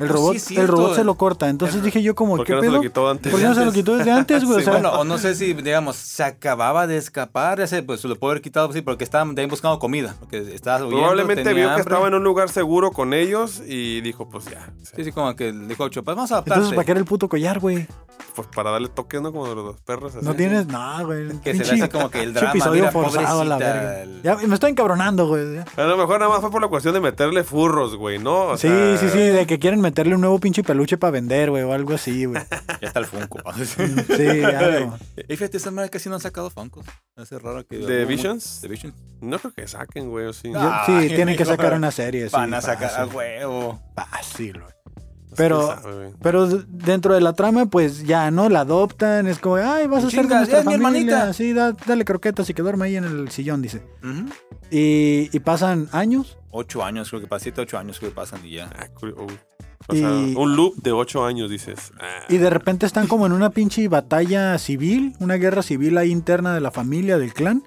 Speaker 2: El
Speaker 3: Oh,
Speaker 2: robot,
Speaker 3: sí, es
Speaker 2: el
Speaker 3: cierto.
Speaker 2: robot se lo corta. Entonces dije yo como,
Speaker 1: ¿Por
Speaker 2: ¿qué
Speaker 1: qué no se
Speaker 2: pedo?
Speaker 1: lo quitó antes? [LAUGHS]
Speaker 2: ¿Por qué no se lo quitó desde antes, güey?
Speaker 3: Sí,
Speaker 2: o sea,
Speaker 3: bueno, o no sé si, digamos, se acababa de escapar, ya sé, pues se lo puede haber quitado, sí, porque estaban también buscando comida, porque estaba huyendo,
Speaker 1: Probablemente
Speaker 3: tenía
Speaker 1: vio que
Speaker 3: hambre.
Speaker 1: estaba en un lugar seguro con ellos y dijo, pues ya. o sea,
Speaker 3: Sí, sí, como que le dijo Ocho, pues vamos a
Speaker 2: entonces,
Speaker 3: adaptarse.
Speaker 2: ¿para qué era el puto collar, güey?
Speaker 1: Pues para darle toques, ¿no? Como de los dos perros. Así.
Speaker 2: No tienes nada, güey.
Speaker 3: Que se le
Speaker 2: Pinche-
Speaker 3: hace como que el
Speaker 2: pinche
Speaker 3: drama,
Speaker 2: episodio
Speaker 3: mira,
Speaker 2: forzado a la
Speaker 3: pobrecita,
Speaker 2: verga.
Speaker 3: el-
Speaker 2: Ya, me estoy encabronando, güey.
Speaker 1: A lo mejor nada más fue por la cuestión de meterle furros, güey, ¿no? O
Speaker 2: sí,
Speaker 1: sea,
Speaker 2: sí, sí, de que quieren meterle un nuevo pinche peluche para vender, güey, o algo así, güey.
Speaker 3: Ya está el Funko.
Speaker 2: [LAUGHS] Sí, algo.
Speaker 3: Y fíjate, esta manera casi no han sacado Funkos. Hace raro que.
Speaker 1: ¿De Visions?
Speaker 3: ¿De Visions?
Speaker 1: No creo que saquen, güey, o sí.
Speaker 2: Yo-
Speaker 3: Ah, [LAUGHS]
Speaker 2: sí,
Speaker 3: qué
Speaker 2: tienen que
Speaker 3: rico.
Speaker 2: sacar una serie. sí,
Speaker 3: Van a sacar a
Speaker 2: fácil,
Speaker 3: huevo.
Speaker 2: Fácil, güey.
Speaker 1: ¿Quién
Speaker 2: Pero,
Speaker 1: sabe, güey?
Speaker 2: pero d- dentro de la trama, pues ya, ¿no? La adoptan, es como, ay, vas a
Speaker 3: Pues
Speaker 2: ser de
Speaker 3: Chingas,
Speaker 2: nuestra
Speaker 3: es mi
Speaker 2: familia.
Speaker 3: hermanita.
Speaker 2: Sí, da- dale croquetas y que duerma ahí en el sillón, dice. Y, y pasan años.
Speaker 3: Ocho años, creo que pasan. Siete, ocho años, creo que pasan y ya.
Speaker 1: Ah, curi- uy. O sea,
Speaker 2: Y-
Speaker 1: un loop de ocho años, dices. Ah,
Speaker 2: Y de repente están como en una pinche batalla civil, una guerra civil ahí interna de la familia, del clan.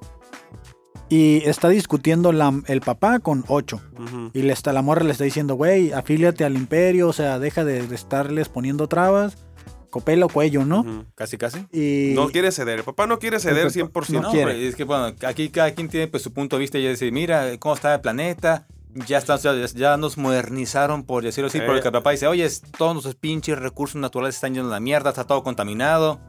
Speaker 2: Y está discutiendo la- el papá con Ocho.
Speaker 1: ujú.
Speaker 2: Y le está, la morra le está diciendo, güey, afíliate al imperio, o sea, deja de, de estarles poniendo trabas, copela o cuello, ¿no?
Speaker 1: Ujú.
Speaker 3: Casi, casi.
Speaker 2: Y
Speaker 1: No quiere ceder. El papá no quiere ceder
Speaker 2: papá-
Speaker 1: 100%.
Speaker 2: No
Speaker 3: No,
Speaker 2: quiere.
Speaker 3: güey, es que bueno, aquí cada quien tiene pues, su punto de vista y dice: Mira, cómo está el planeta. Ya, están, ya, ya nos modernizaron, por decirlo así.
Speaker 1: Eh.
Speaker 3: Porque el papá dice: Oye, es- todos nuestros pinches recursos naturales están yendo a la mierda, está todo contaminado.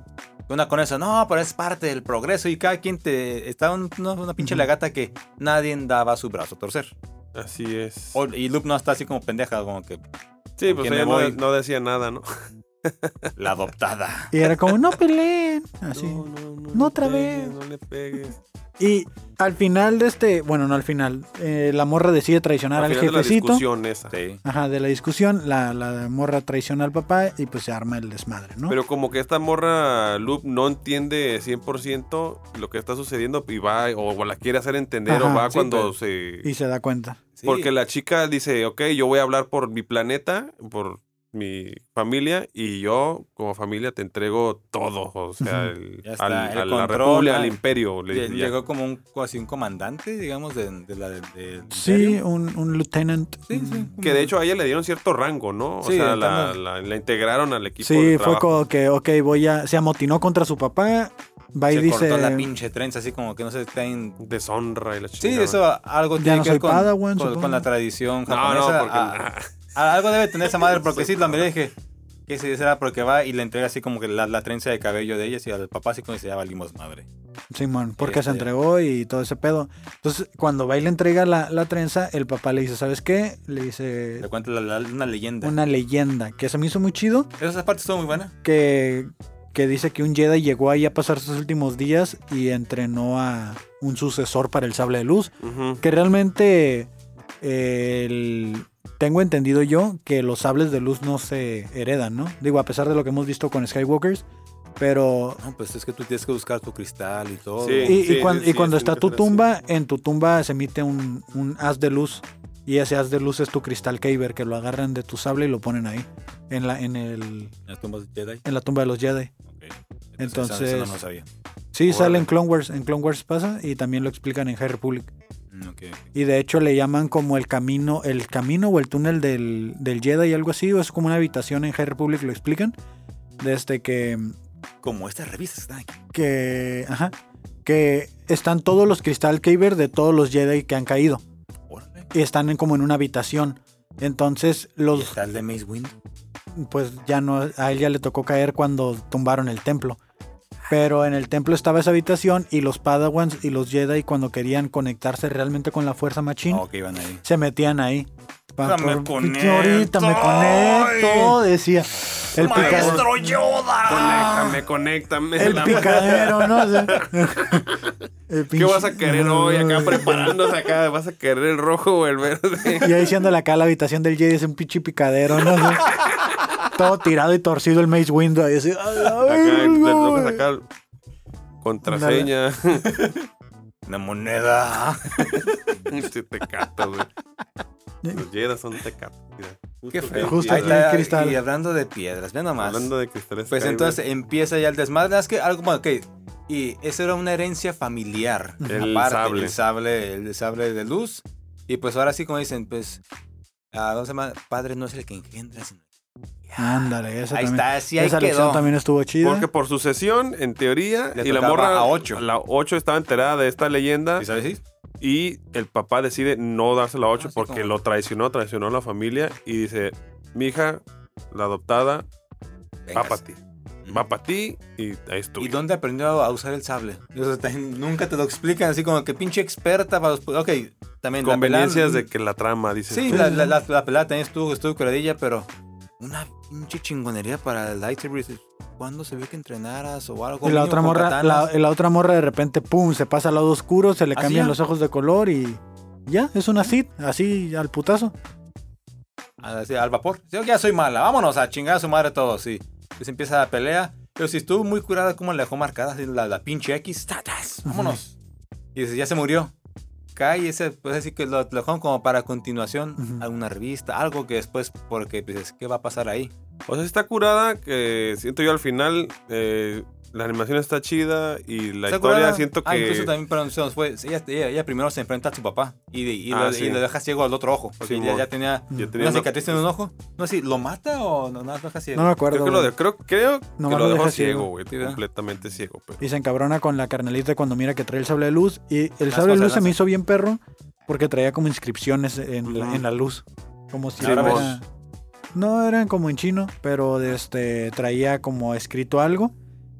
Speaker 3: Y Una con eso, no, pero es parte del progreso. Y cada quien te. Está un- una, una pinche
Speaker 2: Ujú.
Speaker 3: lagata que nadie daba su brazo a torcer.
Speaker 1: Así es.
Speaker 3: O- y Luke no está así como pendeja, como que
Speaker 1: Sí, pues
Speaker 3: ¿con quién
Speaker 1: ella
Speaker 3: me
Speaker 1: no,
Speaker 3: voy?
Speaker 1: no decía nada, ¿no?
Speaker 3: la adoptada.
Speaker 1: [LAUGHS]
Speaker 2: y era como, no peleen. Así.
Speaker 1: No, no, no.
Speaker 2: No otra
Speaker 1: le pegues,
Speaker 2: vez.
Speaker 1: No le pegues.
Speaker 2: Y al final de este, bueno, no al final, eh, la morra decide traicionar al,
Speaker 1: Al final de la
Speaker 2: jefecito.
Speaker 1: discusión esa.
Speaker 3: Sí.
Speaker 2: Ajá, de la discusión, la, la morra traiciona al papá y pues se arma el desmadre, ¿no?
Speaker 1: Pero como que esta morra Loop no entiende 100% lo que está sucediendo y va o la quiere hacer entender
Speaker 2: Ajá,
Speaker 1: o va
Speaker 2: sí, pues.
Speaker 1: cuando
Speaker 3: pero-
Speaker 1: se...
Speaker 2: y se da cuenta.
Speaker 3: Sí.
Speaker 1: Porque la chica dice, ok, yo voy a hablar por mi planeta, por mi familia y yo como familia te entrego todo, o sea,
Speaker 2: Ujú.
Speaker 1: el-
Speaker 3: Ya está,
Speaker 1: al-
Speaker 3: el
Speaker 1: a la
Speaker 3: control,
Speaker 1: república,
Speaker 3: ah,
Speaker 1: al imperio. le
Speaker 3: Lle-
Speaker 1: dice ya.
Speaker 3: Llegó como un, así un comandante, digamos, de, de la de, de-
Speaker 2: Sí,
Speaker 3: imperio.
Speaker 2: un, un lieutenant. Mm.
Speaker 3: Sí, sí.
Speaker 1: Que de hecho a ella le dieron cierto rango, ¿no? O
Speaker 3: Sí,
Speaker 1: sea,
Speaker 3: el
Speaker 1: la,
Speaker 3: tanto-
Speaker 1: la- la integraron al equipo. de
Speaker 2: Sí, fue
Speaker 1: trabajo.
Speaker 2: como que, ok, voy a. Se amotinó contra su papá. Va y
Speaker 3: Se
Speaker 2: dice.
Speaker 3: cortó la pinche trenza, así como que no se está en...
Speaker 1: Deshonra y la chica.
Speaker 3: Sí, eso algo
Speaker 2: Ya
Speaker 3: tiene
Speaker 2: no
Speaker 3: que ver
Speaker 2: soy
Speaker 3: con,
Speaker 2: Padawan,
Speaker 3: con-
Speaker 2: supongo.
Speaker 3: con la tradición
Speaker 1: No,
Speaker 3: japonesa.
Speaker 1: no, porque...
Speaker 3: Ah, ah, algo debe tener esa madre, porque sí, la miré y dije, ¿qué se será? Porque va y le entrega así como que la, la trenza de cabello de ella y al papá así como dice, ya valimos madre.
Speaker 2: Simón, porque
Speaker 3: Este.
Speaker 2: se entregó y todo ese pedo. Entonces, cuando va y le entrega la, la trenza, el papá le dice, ¿sabes qué? Le dice
Speaker 3: Le cuento la- la- una leyenda.
Speaker 2: una leyenda que se me hizo muy chido.
Speaker 3: Esas partes son muy buenas.
Speaker 2: que, que dice que un Jedi llegó ahí a pasar sus últimos días y entrenó a un sucesor para el sable de luz.
Speaker 1: [LAUGHS] Ujú.
Speaker 2: Que realmente eh, el- tengo entendido yo que los sables de luz no se heredan, ¿no? Digo, a pesar de lo que hemos visto con Skywalkers, pero...
Speaker 3: No, pues es que tú tienes que buscar tu cristal y todo.
Speaker 1: Sí.
Speaker 2: Y, y cuan-
Speaker 1: sí,
Speaker 2: y cuando
Speaker 1: sí,
Speaker 2: está
Speaker 1: sí,
Speaker 2: tu
Speaker 1: sí.
Speaker 2: tumba, en tu tumba se emite un, un haz de luz. Y ese haz de luz es tu cristal Kyber, que lo agarran de tu sable y lo ponen ahí. En la, en el,
Speaker 3: Las tumbas Jedi.
Speaker 2: en la tumba de los Jedi.
Speaker 3: Ok.
Speaker 2: Entonces-
Speaker 3: eso no lo sabía.
Speaker 2: Sí,
Speaker 1: Órale.
Speaker 2: sale en Clone Wars. En Clone Wars pasa y también lo explican en High Republic.
Speaker 3: Mm, ok, ok.
Speaker 2: Y de hecho le llaman como el camino, el camino o el túnel del, del Jedi y algo así. O es como una habitación en High Republic, lo explican. Desde que,
Speaker 3: Como estas revistas están aquí.
Speaker 2: que, ajá, que están todos los Crystal Kyber de todos los Jedi que han caído.
Speaker 3: Órale.
Speaker 2: Y están en, como en una habitación. Entonces
Speaker 3: Y
Speaker 2: los,
Speaker 3: está el de Mace Windu.
Speaker 2: pues ya no, a él ya le tocó caer cuando tumbaron el templo. Pero en el templo estaba esa habitación y los Padawans y los Jedi cuando querían conectarse realmente con la fuerza machín,
Speaker 3: Ah, ok, van ahí.
Speaker 2: se metían ahí. Pa-
Speaker 3: Ahorita me
Speaker 2: por-
Speaker 3: conecto,
Speaker 2: Ahorita me conecto, decía. El, pica-
Speaker 4: Yoda!
Speaker 1: Conéctame, conéctame.
Speaker 2: Ah.
Speaker 1: [LAUGHS]
Speaker 2: el
Speaker 1: la-
Speaker 2: picadero, ¿no? O sea, el
Speaker 1: ¿Qué
Speaker 2: pinche-
Speaker 1: vas a querer hoy acá preparándose acá? ¿Vas a querer el rojo o el verde?
Speaker 2: Y ahí siendo acá la habitación del Jedi es un pinche picadero, ¿no? O sea, todo tirado y torcido el Maze Window. Ahí así, [LAUGHS] "Ay,
Speaker 1: Acá le
Speaker 2: ay, no".
Speaker 1: toca sacar contraseña. [LAUGHS]
Speaker 3: La moneda.
Speaker 1: Este tecato, güey. Los Jedi son tecatos. mira.
Speaker 3: Qué feo.
Speaker 2: Justo
Speaker 3: Ahí
Speaker 2: está el
Speaker 3: está,
Speaker 2: cristal.
Speaker 3: Y hablando de piedras, vean nomás.
Speaker 1: Hablando de cristales.
Speaker 3: Pues
Speaker 1: Kyber.
Speaker 3: entonces empieza ya el desmadre. Es que algo como, ok. Y esa era una herencia familiar.
Speaker 1: El
Speaker 3: aparte,
Speaker 1: sable.
Speaker 3: El sable, el sable de luz. Y pues ahora sí, como dicen, pues. ah, ¿Cómo se llama? Padre no es el que engendra, sino.
Speaker 2: Ándale, esa
Speaker 3: Ahí
Speaker 2: también.
Speaker 3: está, así ahí
Speaker 2: Esa
Speaker 3: quedó.
Speaker 2: lección también estuvo chida.
Speaker 1: Porque por sucesión, en teoría,
Speaker 3: Le
Speaker 1: y la
Speaker 3: tocaba
Speaker 1: morra
Speaker 3: a ocho.
Speaker 1: La 8 estaba enterada de esta leyenda
Speaker 3: ¿Y sabes? Sí?
Speaker 1: y el papá decide no dársela a 8
Speaker 3: Ah, sí,
Speaker 1: porque
Speaker 3: como-
Speaker 1: lo traicionó, traicionó a la familia y dice, mi hija, la adoptada, va
Speaker 3: Vengas.
Speaker 1: para ti. Va para ti y ahí estuvo.
Speaker 3: ¿Y dónde aprendió a usar el sable? [LAUGHS] O sea, también nunca te lo explican, así como que pinche experta para los... Ok, también... la
Speaker 1: Conveniencias
Speaker 3: pelada-
Speaker 1: de que la trama, dice.
Speaker 3: Sí, la, la, la, la pelada también estuvo, estuvo curadilla, pero... Una pinche chingonería para el lightsaber. ¿Cuándo se vio que entrenaras o algo?
Speaker 2: Y la
Speaker 3: mínimo
Speaker 2: otra
Speaker 3: con
Speaker 2: morra, la,
Speaker 3: katanas?
Speaker 2: la otra morra de repente, pum, se pasa al lado oscuro, se le
Speaker 1: ¿Ah,
Speaker 3: Así
Speaker 2: cambian
Speaker 3: ya.
Speaker 2: los ojos de color y ya, es una Sith, así al putazo.
Speaker 3: Ah, sí, al vapor. Yo ya soy mala, vámonos a chingar a su madre todos, sí. Pues empieza la pelea. Pero si estuvo muy curada como la dejó marcada, así, la, la pinche X, tatas, vámonos. Y dice, ya se murió. Cae y ese, pues así que lo, lo dejaron como para continuación
Speaker 2: Ujú.
Speaker 3: a una revista, algo que después, porque dices, ¿qué va a pasar ahí?
Speaker 1: O sea, está curada, que siento yo al final, eh, la animación está chida y la historia
Speaker 3: ¿Se acuerdan?
Speaker 1: siento
Speaker 3: Ah, incluso
Speaker 1: que...
Speaker 3: también, pero se nos fue, ella, ella- ella primero se enfrenta a su papá y, de- y
Speaker 1: Ah,
Speaker 3: lo,
Speaker 1: sí.
Speaker 3: y lo deja ciego al otro ojo, porque
Speaker 1: Simón.
Speaker 3: ya, ya tenía
Speaker 1: ya tenía
Speaker 3: una
Speaker 1: una-
Speaker 3: cicatriz en un ojo. No sé, ¿lo mata o no? No, lo deja ciego.
Speaker 2: No me acuerdo.
Speaker 1: Creo que lo,
Speaker 2: güey.
Speaker 1: de- creo, creo que
Speaker 2: Nomás
Speaker 1: lo
Speaker 2: lo
Speaker 1: dejó
Speaker 2: deja
Speaker 1: ciego,
Speaker 2: ciego.
Speaker 1: güey.
Speaker 3: Sí, ¿verdad?
Speaker 1: completamente ciego. pero-
Speaker 2: Y se encabrona con la carnalita cuando mira que trae el sable de luz. Y el
Speaker 3: Las
Speaker 2: sable de
Speaker 3: cosas
Speaker 2: luz se me
Speaker 3: lanzan.
Speaker 2: hizo bien perro porque traía como inscripciones en la,
Speaker 1: Ujú.
Speaker 2: en la luz. Como si
Speaker 1: Sí,
Speaker 2: fuera-
Speaker 1: vos.
Speaker 2: No, eran como en chino, pero de este traía como escrito algo.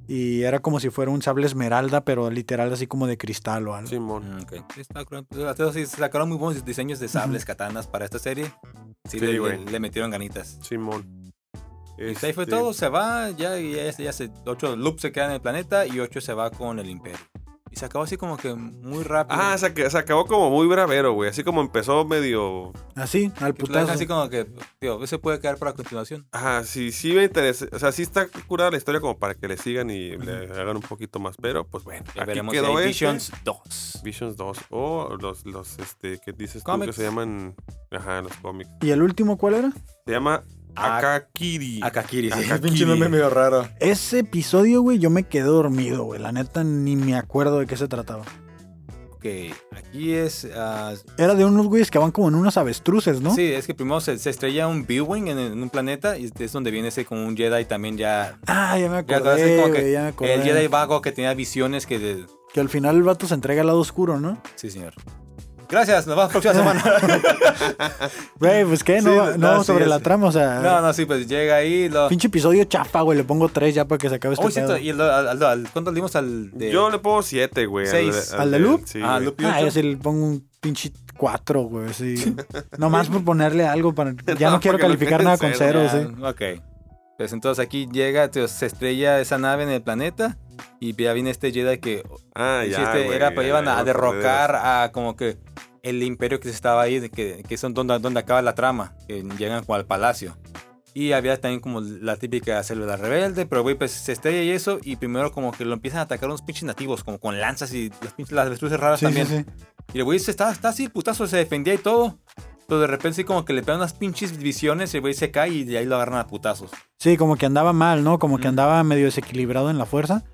Speaker 2: Y era como si fuera un sable esmeralda, pero literal así como de cristal o algo.
Speaker 1: Simón.
Speaker 3: Mm, ok. Sí, está curado. Pues, las dos sí sacaron muy buenos diseños de sables, katanas para esta serie. Sí,
Speaker 1: Sí,
Speaker 3: le,
Speaker 1: güey.
Speaker 3: le- le metieron ganitas.
Speaker 1: Simón.
Speaker 3: Y pues ahí fue
Speaker 1: Este,
Speaker 3: todo, se va, ya, ya, ya se, ocho Loop se queda en el planeta y ocho se va con el imperio. Y se acabó así como que muy rápido.
Speaker 1: Ah, se, ac- se acabó como muy bravero, güey. Así como empezó medio.
Speaker 2: Así, al
Speaker 3: Y la dejan
Speaker 2: putazo.
Speaker 3: así como que, tío, se puede quedar para continuación.
Speaker 1: Ajá, sí, sí me interesa. O sea, sí está curada la historia como para que le sigan y le hagan un poquito más. Pero, pues bueno,
Speaker 3: Ya
Speaker 1: aquí
Speaker 3: veremos
Speaker 1: quedó
Speaker 3: si hay
Speaker 1: este.
Speaker 3: Visions 2.
Speaker 1: Visions 2. O los, los este, que dices tú que
Speaker 3: Cómics.
Speaker 1: se llaman. Ajá, los cómics.
Speaker 2: ¿Y el último cuál era?
Speaker 1: Se llama
Speaker 3: Ah,
Speaker 1: Akakiri.
Speaker 3: Akakiri,
Speaker 1: sí.
Speaker 3: sí.
Speaker 1: Akakiri. Pinche nombre
Speaker 3: medio raro.
Speaker 2: Ese episodio, güey, yo me quedé dormido, güey. La neta ni me acuerdo de qué se trataba.
Speaker 3: Ok, aquí es... ah,
Speaker 2: Era de unos güeyes que van como en unos avestruces, ¿no?
Speaker 3: Sí, es que primero se, se estrella un B-Wing en, en un planeta y es donde viene ese como un Jedi también ya...
Speaker 2: Ah, ya me
Speaker 3: Ya te hacen
Speaker 2: acordé,
Speaker 3: como
Speaker 2: güey,
Speaker 3: que
Speaker 2: ya me acordé.
Speaker 3: el Jedi vago que tenía visiones que... de-
Speaker 2: Que al final el vato se entrega al lado oscuro, ¿no?
Speaker 3: Sí, señor. Gracias, nos vemos la próxima
Speaker 2: [LAUGHS]
Speaker 3: semana.
Speaker 2: Güey, pues qué, no,
Speaker 3: Sí,
Speaker 2: va-
Speaker 3: no,
Speaker 2: no vamos
Speaker 3: sí,
Speaker 2: sobre
Speaker 3: es-
Speaker 2: la trama, o sea...
Speaker 3: no, no, sí, pues llega ahí... Lo...
Speaker 2: Pinche episodio chafa, güey. Le pongo tres ya para que se acabe este
Speaker 3: Oh, cierto,
Speaker 2: pedo.
Speaker 3: y lo- al, al- al- ¿cuándo le dimos al de...?
Speaker 1: Yo le pongo 7, güey.
Speaker 3: Seis.
Speaker 2: ¿Al de Loop?
Speaker 1: Sí.
Speaker 3: Ah,
Speaker 1: güey.
Speaker 3: Loop.
Speaker 2: Ah, yo sí le pongo un pinche cuatro, güey. Sí.
Speaker 3: [LAUGHS]
Speaker 2: Nomás por ponerle algo para... Ya no,
Speaker 1: No,
Speaker 2: quiero
Speaker 1: porque le
Speaker 2: calificar
Speaker 1: meten
Speaker 2: nada con
Speaker 1: cero,
Speaker 2: cero,
Speaker 3: Ya,
Speaker 2: sí.
Speaker 3: Ah, Ok. Pues entonces aquí llega, tío, se estrella esa nave en el planeta y ya viene este Jedi que
Speaker 1: Ah,
Speaker 3: Sí,
Speaker 1: ya.
Speaker 3: este,
Speaker 1: güey,
Speaker 3: era para
Speaker 1: ya,
Speaker 3: llevan
Speaker 1: ya
Speaker 3: a
Speaker 1: me acordé de
Speaker 3: derrocar a como que el imperio que estaba ahí, de que, que son donde, donde acaba la trama, que llegan como al palacio. Y había también como la típica célula rebelde, pero güey, pues se estrella y eso, y primero como que lo empiezan a atacar unos pinches nativos, como con lanzas y las pinches las avestruces raras
Speaker 2: Sí, sí,
Speaker 3: también.
Speaker 2: sí.
Speaker 3: Y el güey se está, está así, putazo, se defendía y todo. Pero de repente sí como que le pegan unas pinches visiones, y el güey se cae y de ahí lo agarran a putazos.
Speaker 2: Sí, como que andaba mal, ¿no? Como que
Speaker 3: Mm.
Speaker 2: andaba medio desequilibrado en la fuerza.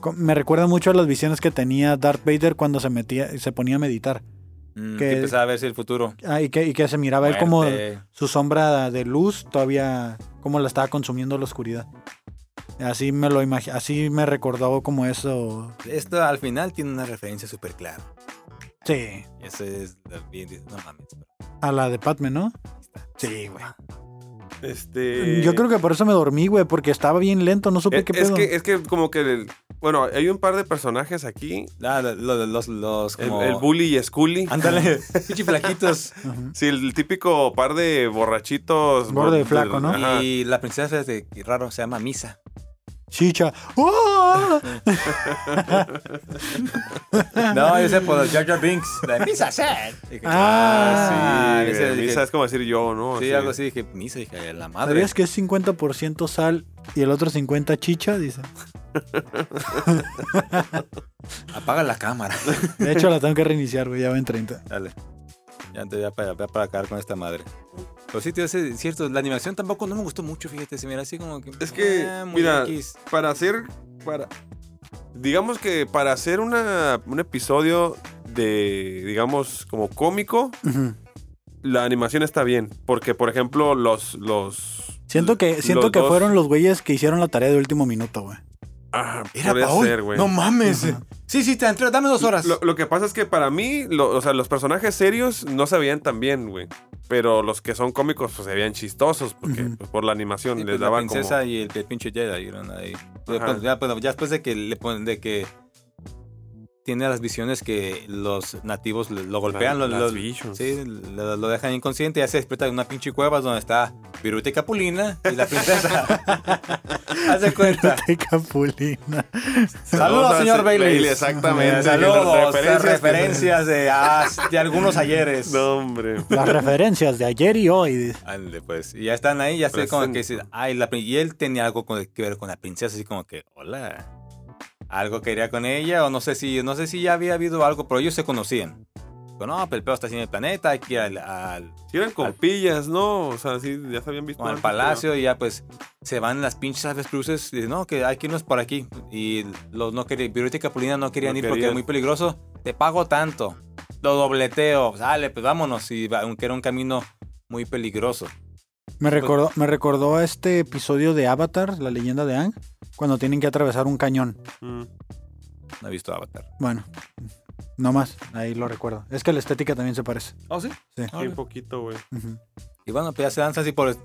Speaker 2: Co- Me recuerda mucho a las visiones que tenía Darth Vader cuando se metía, se ponía a meditar.
Speaker 3: Mm,
Speaker 2: Que-
Speaker 3: que empezaba a verse el futuro.
Speaker 2: Ah, y, que, y que se miraba él como
Speaker 3: Muerte.
Speaker 2: su sombra de luz todavía, como la estaba consumiendo la oscuridad. Así me lo imagi- así me recordó como eso.
Speaker 3: Esto al final tiene una referencia súper clara.
Speaker 2: Sí,
Speaker 3: Eso es bien, dices, no mames.
Speaker 2: a la de Padme, ¿no? Sí, güey.
Speaker 1: eso. Este...
Speaker 2: Yo creo que por eso me dormí, güey, porque estaba bien lento, no supe
Speaker 1: Eh,
Speaker 2: qué
Speaker 1: es,
Speaker 2: pedo.
Speaker 1: que, es que como que... el- bueno, hay un par de personajes aquí.
Speaker 3: Ah, lo- lo- los, los,
Speaker 1: El,
Speaker 3: como...
Speaker 1: el Bully y Scully. [LAUGHS]
Speaker 3: Ándale, [LAUGHS] pinche flaquitos.
Speaker 2: Ujú.
Speaker 1: Sí, el típico par de borrachitos.
Speaker 2: Gordo y
Speaker 1: bor-
Speaker 2: flaco, ¿no?
Speaker 1: [LAUGHS] Ajá.
Speaker 3: Y la princesa es de, raro, se
Speaker 1: [LAUGHS]
Speaker 3: llama Misa.
Speaker 2: Chicha. ¡Oh!
Speaker 3: No, yo sé por los Jar
Speaker 1: [LAUGHS]
Speaker 3: Jar Binks. La de Misa Sad.
Speaker 2: Ah,
Speaker 1: Ah, sí,
Speaker 3: ese
Speaker 1: güey,
Speaker 3: dije-
Speaker 1: Misa es como decir yo, ¿no?
Speaker 3: Sí, algo así, dije, Misa, hija de la madre.
Speaker 2: ¿Sabías que es 50% sal y el otro 50% chicha? Dice.
Speaker 3: Apaga la
Speaker 1: [LAUGHS]
Speaker 3: cámara.
Speaker 2: De hecho, la tengo que reiniciar, güey, ya va en 30.
Speaker 3: Dale. Ya antes ya para, ya para acabar con esta madre. Pero sí, tío, ese- es cierto, la animación tampoco no me gustó mucho, fíjate, se mira así como que...
Speaker 1: Es que,
Speaker 3: ah, muy
Speaker 1: mira,
Speaker 3: X.
Speaker 1: Para hacer... Para, digamos que para hacer una, un episodio de, digamos, como cómico,
Speaker 2: Ujú.
Speaker 1: la animación está bien. Porque, por ejemplo, los... los
Speaker 2: Siento que, siento
Speaker 1: los
Speaker 2: que
Speaker 1: dos-
Speaker 2: fueron los güeyes que hicieron la tarea de último minuto, güey. [LAUGHS]
Speaker 1: Ah,
Speaker 3: Era
Speaker 1: puede
Speaker 3: pa' hoy.
Speaker 1: ser, güey.
Speaker 3: No mames. Sí, sí, te entré, dame dos horas.
Speaker 1: Lo, lo que pasa es que para mí, lo- o sea, los personajes serios no se veían tan bien, güey. Pero los que son cómicos, pues se veían chistosos, porque
Speaker 2: Ujú.
Speaker 1: pues, por la animación
Speaker 3: Sí,
Speaker 1: les
Speaker 3: pues, la
Speaker 1: daban
Speaker 3: princesa
Speaker 1: como...
Speaker 3: y el, el pinche Jedi eran ahí. Y
Speaker 1: Ajá.
Speaker 3: después- ya, bueno, ya después de que le ponen, de que tiene las visiones que los nativos le- lo golpean,
Speaker 1: La-
Speaker 3: lo,
Speaker 1: las
Speaker 3: lo-
Speaker 1: visions.
Speaker 3: sí, lo, lo dejan inconsciente, ya se despierta en una pinche cueva donde está Viruta y Capulina y la princesa.
Speaker 1: [LAUGHS]
Speaker 3: Hace cuenta.
Speaker 2: De Capulina.
Speaker 3: Saludos,
Speaker 1: a
Speaker 3: señor
Speaker 1: se-
Speaker 3: Bailey.
Speaker 1: Exactamente.
Speaker 3: Saludos,
Speaker 1: Las referencias
Speaker 3: referencias,
Speaker 1: que-
Speaker 3: de, ah, de algunos ayeres.
Speaker 1: No, hombre.
Speaker 2: Las referencias de ayer y hoy. dice.
Speaker 3: Ándale, pues. Y ya están ahí, ya sé como que
Speaker 1: Presente.
Speaker 3: dice, ay, la, pri- y él tenía algo con- que ver con la princesa, así como que, hola. Algo quería con ella, o no sé si, no sé si ya había habido algo, pero ellos se conocían. Digo, no, pero el pedo está así en el planeta, aquí al, al,
Speaker 1: Sí eran compillas, ¿no? O sea, sí, ya se habían visto.
Speaker 3: Ah. como al
Speaker 1: antes,
Speaker 3: palacio, y ya pues se van las pinches avestruces, y dice, no, que hay que irnos por aquí. Y los no querían, Viruta y Capulina no querían
Speaker 1: No
Speaker 3: ir porque
Speaker 1: querían.
Speaker 3: es muy peligroso. Te pago tanto, lo dobleteo, sale, pues vámonos, y va- aunque era un camino muy peligroso.
Speaker 2: Me recordó, me recordó a este episodio de Avatar, la leyenda de Ang, cuando tienen que atravesar un cañón.
Speaker 1: pero- Mm.
Speaker 3: No he visto Avatar.
Speaker 2: Bueno, no más, ahí lo recuerdo. Es que la estética también se parece.
Speaker 3: ¿Oh, sí? Ah.
Speaker 2: Sí.
Speaker 1: Sí, un poquito, güey.
Speaker 2: Ujú.
Speaker 3: Y bueno, pues ya se danza así por.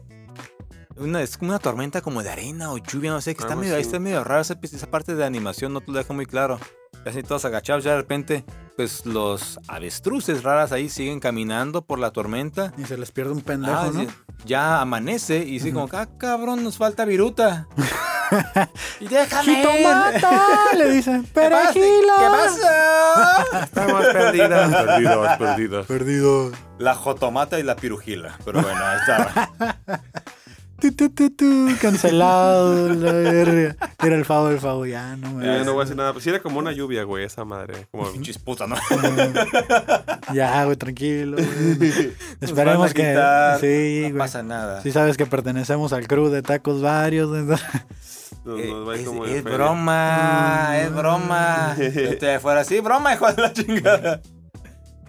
Speaker 3: Una, es como una tormenta como de arena o lluvia, no sé, que está
Speaker 1: Algo
Speaker 3: medio, ahí
Speaker 1: así.
Speaker 3: está medio raro esa, esa parte de animación, no te lo deja muy claro. Y Así todos agachados, ya de repente, pues los avestruces raras ahí siguen caminando por la tormenta.
Speaker 2: Y se les pierde un pendejo,
Speaker 3: Ah,
Speaker 2: ¿no?
Speaker 3: sí, ya amanece y sí,
Speaker 2: Ujú. [LAUGHS]
Speaker 3: como, que, ah, cabrón, nos falta viruta.
Speaker 4: Y déjame
Speaker 3: [LAUGHS]
Speaker 4: ir.
Speaker 2: ¡Jitomata! Le dicen.
Speaker 4: ¿Qué pasa? ¿Qué
Speaker 2: ¡Perejila! [LAUGHS]
Speaker 4: pasa?
Speaker 1: Estamos perdidos. Perdidos, perdidos.
Speaker 2: Perdido.
Speaker 3: La jotomata y la pirujila. Pero bueno, ahí
Speaker 2: [LAUGHS]
Speaker 3: estaba.
Speaker 2: Tu, tu, tu, tu, Cancelado. la verga. Era el favo, el favo. Ya, no me
Speaker 1: Ya no voy a decir nada. Si era como una lluvia, güey, esa madre.
Speaker 3: [LAUGHS]
Speaker 1: Como,
Speaker 3: Chisputa, ¿no?
Speaker 2: Ya, güey, tranquilo. güey.
Speaker 3: [LAUGHS] Nos Pues van
Speaker 2: Esperemos
Speaker 3: a
Speaker 2: que.
Speaker 3: quitar,
Speaker 2: Sí,
Speaker 3: no
Speaker 2: güey.
Speaker 3: pasa nada.
Speaker 2: Sí sabes que pertenecemos al crew de tacos varios. entonces-
Speaker 1: nos,
Speaker 3: Eh,
Speaker 1: nos va a ir
Speaker 3: es,
Speaker 1: como
Speaker 3: es
Speaker 1: de feria.
Speaker 2: Mm.
Speaker 3: broma, es broma. Yo estoy afuera, sí, broma, hijo de la chingada.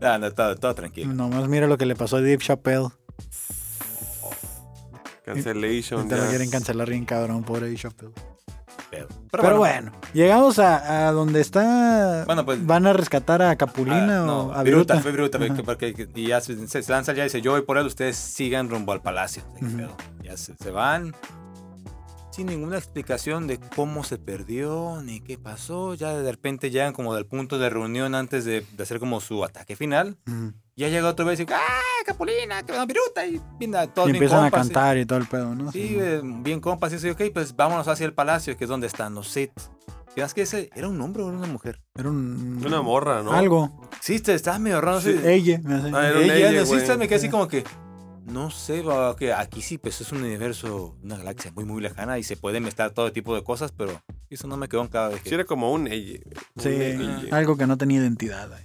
Speaker 3: No, no, todo, todo tranquilo.
Speaker 2: [LAUGHS] Nomás mira lo que le pasó a Dave Chappelle.
Speaker 1: Cancellation.
Speaker 2: Te lo
Speaker 1: ya.
Speaker 2: quieren cancelar bien cabrón, pobre Dave Chappelle.
Speaker 3: Pero,
Speaker 2: Pero, bueno, llegamos a, a donde está.
Speaker 3: Bueno, pues-
Speaker 2: ¿Van a rescatar a
Speaker 3: Ah,
Speaker 2: Capulina
Speaker 3: no,
Speaker 2: o a
Speaker 3: Viruta,
Speaker 2: Viruta?
Speaker 3: fue Viruta,
Speaker 2: Ajá.
Speaker 3: que- porque que- y ya se, se lanza ya y dice, yo voy por él, ustedes sigan rumbo al palacio. Ay, qué pedo. Ya se, se van sin ninguna explicación de cómo se perdió ni qué pasó. Ya de repente llegan como del punto de reunión antes de, de hacer como su ataque final.
Speaker 2: Ujú.
Speaker 3: Ya llega otra vez y dice, ¡ah, Capulina, que Viruta! Y, mira, todos
Speaker 2: Y
Speaker 3: bien
Speaker 2: empiezan a
Speaker 3: compas, y-
Speaker 2: cantar y todo el pedo, ¿no?
Speaker 3: Sí, eh, bien compas. Y dice, ok, pues vámonos hacia el palacio, que es donde están los Sith. Y más que ese era un hombre o era una mujer.
Speaker 2: Era un.
Speaker 1: Una morra, ¿no?
Speaker 2: Algo.
Speaker 3: Sí, te estaba medio raro. así-
Speaker 2: Ella, me hace.
Speaker 1: Ah, era un
Speaker 3: Ella,
Speaker 1: ella,
Speaker 3: no, sí,
Speaker 1: güey.
Speaker 3: está- me quedé así como que. No sé, va, que aquí sí, pues es un universo, una galaxia muy, muy lejana y se pueden mezclar todo tipo de cosas, pero eso no me quedó en cada vez.
Speaker 1: Sí, era como un eye. un
Speaker 2: Sí,
Speaker 1: eye.
Speaker 2: algo que no tenía identidad. ahí.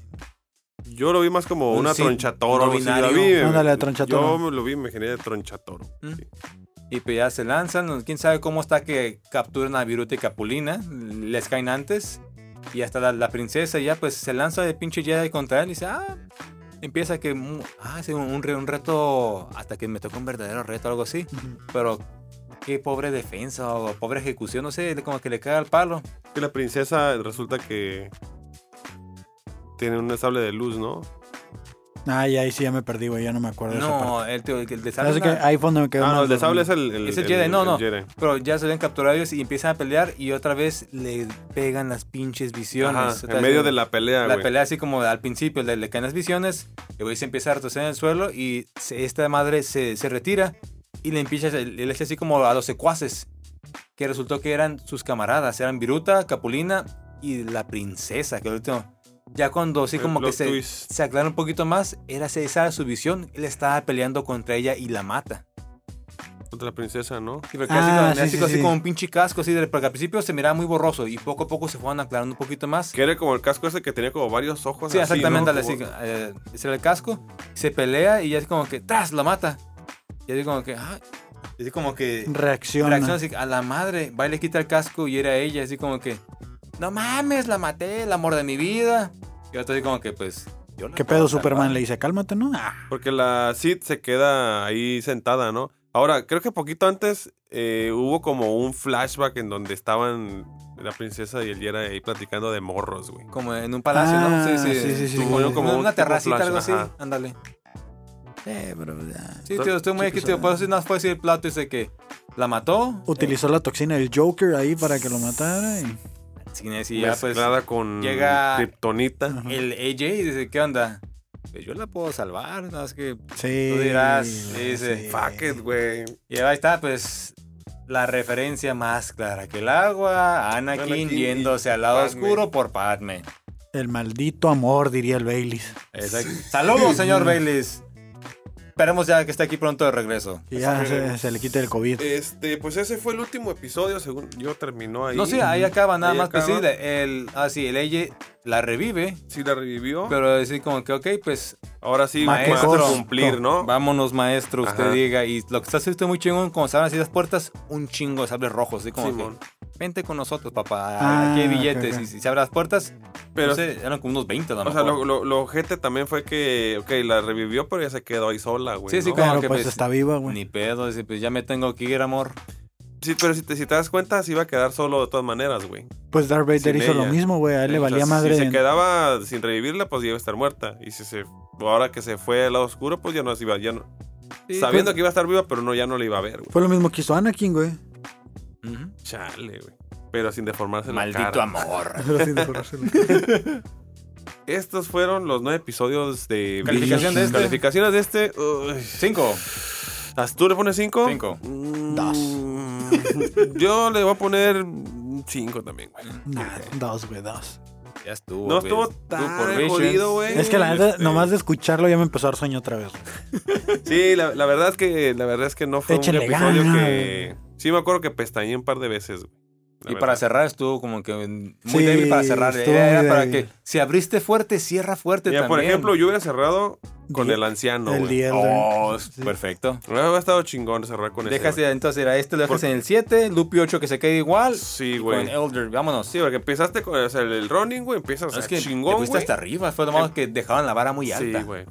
Speaker 1: Yo lo vi más como
Speaker 3: Un
Speaker 1: una
Speaker 3: Pues sí,
Speaker 1: tronchatoro.
Speaker 3: no
Speaker 1: sí, la
Speaker 3: binario.
Speaker 1: vi, me-
Speaker 2: Ándale, a tronchatoro.
Speaker 1: Yo me lo vi, me generé tronchatoro.
Speaker 3: Mm.
Speaker 1: Sí.
Speaker 3: Y pues ya se lanzan, quién sabe cómo está que capturan a Viruta y Capulina, les caen antes, y hasta la, la princesa ya pues se lanza de pinche Jedi contra él y dice, ah, empieza que, mm, ah, sí, un, un re- un reto, hasta que me tocó un verdadero reto, algo así, pero qué pobre defensa o pobre ejecución, no sé, como que le caga el palo.
Speaker 1: Que la princesa resulta que tiene un sable de luz, ¿no?
Speaker 2: Ay, ahí sí Ah, ya me perdí, güey. Ya no me acuerdo. de esa parte.
Speaker 3: No, el, tío, el, el de
Speaker 2: Así
Speaker 3: sable
Speaker 2: que
Speaker 3: na-
Speaker 2: ahí fue donde me quedó.
Speaker 1: Ah,
Speaker 2: más
Speaker 1: no, el de
Speaker 2: dormido.
Speaker 1: sable es el. el
Speaker 3: Es el Jedi, no, no.
Speaker 1: Jedi.
Speaker 3: Pero ya se ven capturados y empiezan a pelear y otra vez le pegan las pinches visiones.
Speaker 1: Ajá,
Speaker 3: Otra
Speaker 1: en
Speaker 3: vez
Speaker 1: medio
Speaker 3: le-
Speaker 1: de la pelea,
Speaker 3: La
Speaker 1: Ah, güey.
Speaker 3: pelea así como al principio, le, le caen las visiones, el güey se empieza a retorcer en el suelo y se- esta madre se, se retira y le empieza, le hace así como a los secuaces, que resultó que eran sus camaradas, eran Viruta, Capulina y la princesa, que el último... Ya cuando así
Speaker 1: El
Speaker 3: como que
Speaker 1: plot
Speaker 3: se,
Speaker 1: twist.
Speaker 3: se aclara un poquito más, era esa era su visión, él estaba peleando contra ella y la mata.
Speaker 1: Contra la princesa, ¿no?
Speaker 3: Sí, porque
Speaker 2: Ah,
Speaker 3: así,
Speaker 2: sí,
Speaker 3: con, así,
Speaker 2: sí,
Speaker 3: así
Speaker 2: sí.
Speaker 3: con un pinche casco, así, de, porque al principio se miraba muy borroso y poco a poco se fueron aclarando un poquito más.
Speaker 1: Que era como el casco ese que tenía como varios ojos.
Speaker 3: Sí,
Speaker 1: así,
Speaker 3: exactamente,
Speaker 1: ¿no?
Speaker 3: así,
Speaker 1: Como-
Speaker 3: eh, ese era el casco, se pelea y ya es como que, ¡tras! La mata. Y así como que, ¡ah! Y así como que
Speaker 2: Reacciona.
Speaker 3: reacciona así, a la madre, va y le quita el casco y era ella, así como que, ¡no mames! La maté, el amor de mi vida. Y otro así como que, pues, yo la
Speaker 2: ¿Qué
Speaker 1: Ah,
Speaker 3: puedo
Speaker 2: pedo
Speaker 3: salvar.
Speaker 2: Superman? Le dice, cálmate, ¿no? Ah,
Speaker 1: Porque la Sid se queda ahí sentada, ¿no? Ahora, creo que poquito antes eh, hubo como un flashback en donde estaban la princesa y el Yera ahí platicando de morros, güey.
Speaker 3: Como en un palacio,
Speaker 2: Ah,
Speaker 3: ¿no? Sí, sí,
Speaker 2: sí, sí, sí,
Speaker 3: Como,
Speaker 2: como-
Speaker 3: en
Speaker 1: como un
Speaker 3: una
Speaker 1: tipo
Speaker 3: terracita,
Speaker 1: flash,
Speaker 3: algo así.
Speaker 1: ajá.
Speaker 3: Ándale.
Speaker 2: eh, bro, ya.
Speaker 3: Sí, tío, estoy muy aquí, tío. Por eso no fue decir el plato ese que la mató.
Speaker 2: Utilizó la toxina del Joker ahí para que lo matara. y-
Speaker 3: Sin decir, ya pues.
Speaker 1: mezclada con
Speaker 3: llega-
Speaker 1: kriptonita.
Speaker 3: El AJ dice, ¿qué onda? Pues yo la puedo salvar, nada más que.
Speaker 2: Sí.
Speaker 3: Tú dirás,
Speaker 2: güey,
Speaker 3: dice,
Speaker 1: Fuck it, güey.
Speaker 3: Y ahí está, pues. La referencia más clara que el agua. Anakin,
Speaker 1: Anakin y
Speaker 3: yéndose al lado
Speaker 1: Padme.
Speaker 3: oscuro por Padme.
Speaker 2: El maldito amor, diría el Baileys.
Speaker 3: Exacto. Saludos, señor
Speaker 1: [LAUGHS]
Speaker 3: Baileys. Esperemos ya que esté aquí pronto de regreso.
Speaker 2: Que ya se, se le quite el COVID.
Speaker 1: Este, pues ese fue el último episodio, según yo terminó ahí.
Speaker 3: No sé, ahí acaba nada
Speaker 1: Ahí
Speaker 3: más. Pues sí,
Speaker 1: acaba.
Speaker 3: el, ah, sí, el AJ la revive.
Speaker 1: Sí la revivió.
Speaker 3: Pero decir como que, ok, pues
Speaker 1: Ahora sí,
Speaker 3: Maestro.
Speaker 1: maestro, cumplir, ¿no?
Speaker 3: Vámonos, maestro, usted
Speaker 1: Ajá.
Speaker 3: diga. Y lo que está haciendo muy chingón, cuando se abren así las puertas, un chingo de sables rojos. Así como
Speaker 1: Simón.
Speaker 3: que, vente con nosotros, papá.
Speaker 2: Ah,
Speaker 3: Aquí hay billetes.
Speaker 2: ok, ok.
Speaker 3: Y si se abren las puertas,
Speaker 1: Pero-
Speaker 3: no sé, eran como unos 20 a lo
Speaker 1: O sea, lo,
Speaker 3: mejor.
Speaker 1: lo, lo ojete también fue que, ok, la revivió, pero ya se quedó ahí sola, güey.
Speaker 3: Sí, sí,
Speaker 1: ¿no?
Speaker 3: como
Speaker 2: Pero
Speaker 3: que,
Speaker 2: pues
Speaker 3: pues,
Speaker 2: está viva, güey.
Speaker 3: Ni pedo, dice, pues ya me tengo que ir, amor.
Speaker 1: Sí, pero si te, si te das cuenta, se iba a quedar solo de todas maneras, güey.
Speaker 2: Pues Darth Vader
Speaker 1: sin
Speaker 2: hizo
Speaker 1: ella.
Speaker 2: lo mismo, güey. A él le
Speaker 1: O sea,
Speaker 2: valía madre.
Speaker 1: Si se quedaba sin revivirla, pues ya iba a estar muerta. Y si se, ahora que se fue al lado oscuro, pues ya no se iba, ya no.
Speaker 3: Sí,
Speaker 1: Sabiendo
Speaker 3: pues-
Speaker 1: que iba a estar viva, pero no, ya no la iba a ver, güey.
Speaker 2: Fue lo mismo que hizo
Speaker 1: [LAUGHS]
Speaker 2: Anakin, güey.
Speaker 1: pues,
Speaker 3: Ujú.
Speaker 1: Chale, güey. Pero sin deformarse la
Speaker 3: Maldito
Speaker 1: cara.
Speaker 3: amor.
Speaker 2: Así de correrse la-
Speaker 1: Estos fueron los nueve episodios de...
Speaker 3: Calificación de este.
Speaker 1: Calificaciones de este. uy.
Speaker 3: Cinco.
Speaker 1: ¿As- ¿Tú le pones cinco?
Speaker 3: Cinco.
Speaker 1: Mm,
Speaker 2: Dos.
Speaker 1: [LAUGHS] Yo le voy a poner 5 también, güey.
Speaker 2: Nah, dos, güey, dos.
Speaker 3: Ya estuvo.
Speaker 1: No
Speaker 3: güey.
Speaker 1: estuvo
Speaker 3: Tú
Speaker 1: tan
Speaker 3: por Visions.
Speaker 1: jodido, güey.
Speaker 2: Es que la neta,
Speaker 1: Este-
Speaker 2: nomás de escucharlo ya me empezó a dar sueño otra vez.
Speaker 1: Sí, la, la verdad es que la verdad es que no fue
Speaker 2: Échenle
Speaker 1: un episodio
Speaker 2: ganas.
Speaker 1: que sí me acuerdo que pestañé un par de veces. güey. La
Speaker 3: Y
Speaker 1: verdad.
Speaker 3: para cerrar estuvo como que muy
Speaker 2: Sí,
Speaker 3: débil para cerrar.
Speaker 2: estuvo
Speaker 3: Era,
Speaker 2: muy
Speaker 3: era para
Speaker 2: débil.
Speaker 3: que si abriste fuerte, cierra fuerte
Speaker 1: Mira,
Speaker 3: también.
Speaker 1: por ejemplo, yo hubiera cerrado con
Speaker 2: Die-
Speaker 1: el anciano.
Speaker 2: el
Speaker 1: güey.
Speaker 2: Elden.
Speaker 3: Oh, perfecto.
Speaker 1: Hubiera estado chingón cerrar con ese.
Speaker 3: Dejas
Speaker 1: güey.
Speaker 3: entonces era este, lo dejas
Speaker 1: Por-
Speaker 3: en el 7, Lupi 8 que se quede igual.
Speaker 1: Sí,
Speaker 3: y
Speaker 1: güey.
Speaker 3: Con Elder, vámonos.
Speaker 1: Sí, porque empezaste con o sea, el, el running, güey, empiezas
Speaker 3: No,
Speaker 1: a
Speaker 3: es que te
Speaker 1: chingón,
Speaker 3: fuiste
Speaker 1: güey.
Speaker 3: hasta arriba, fue nomás que dejaban la vara muy alta.
Speaker 1: Sí, güey.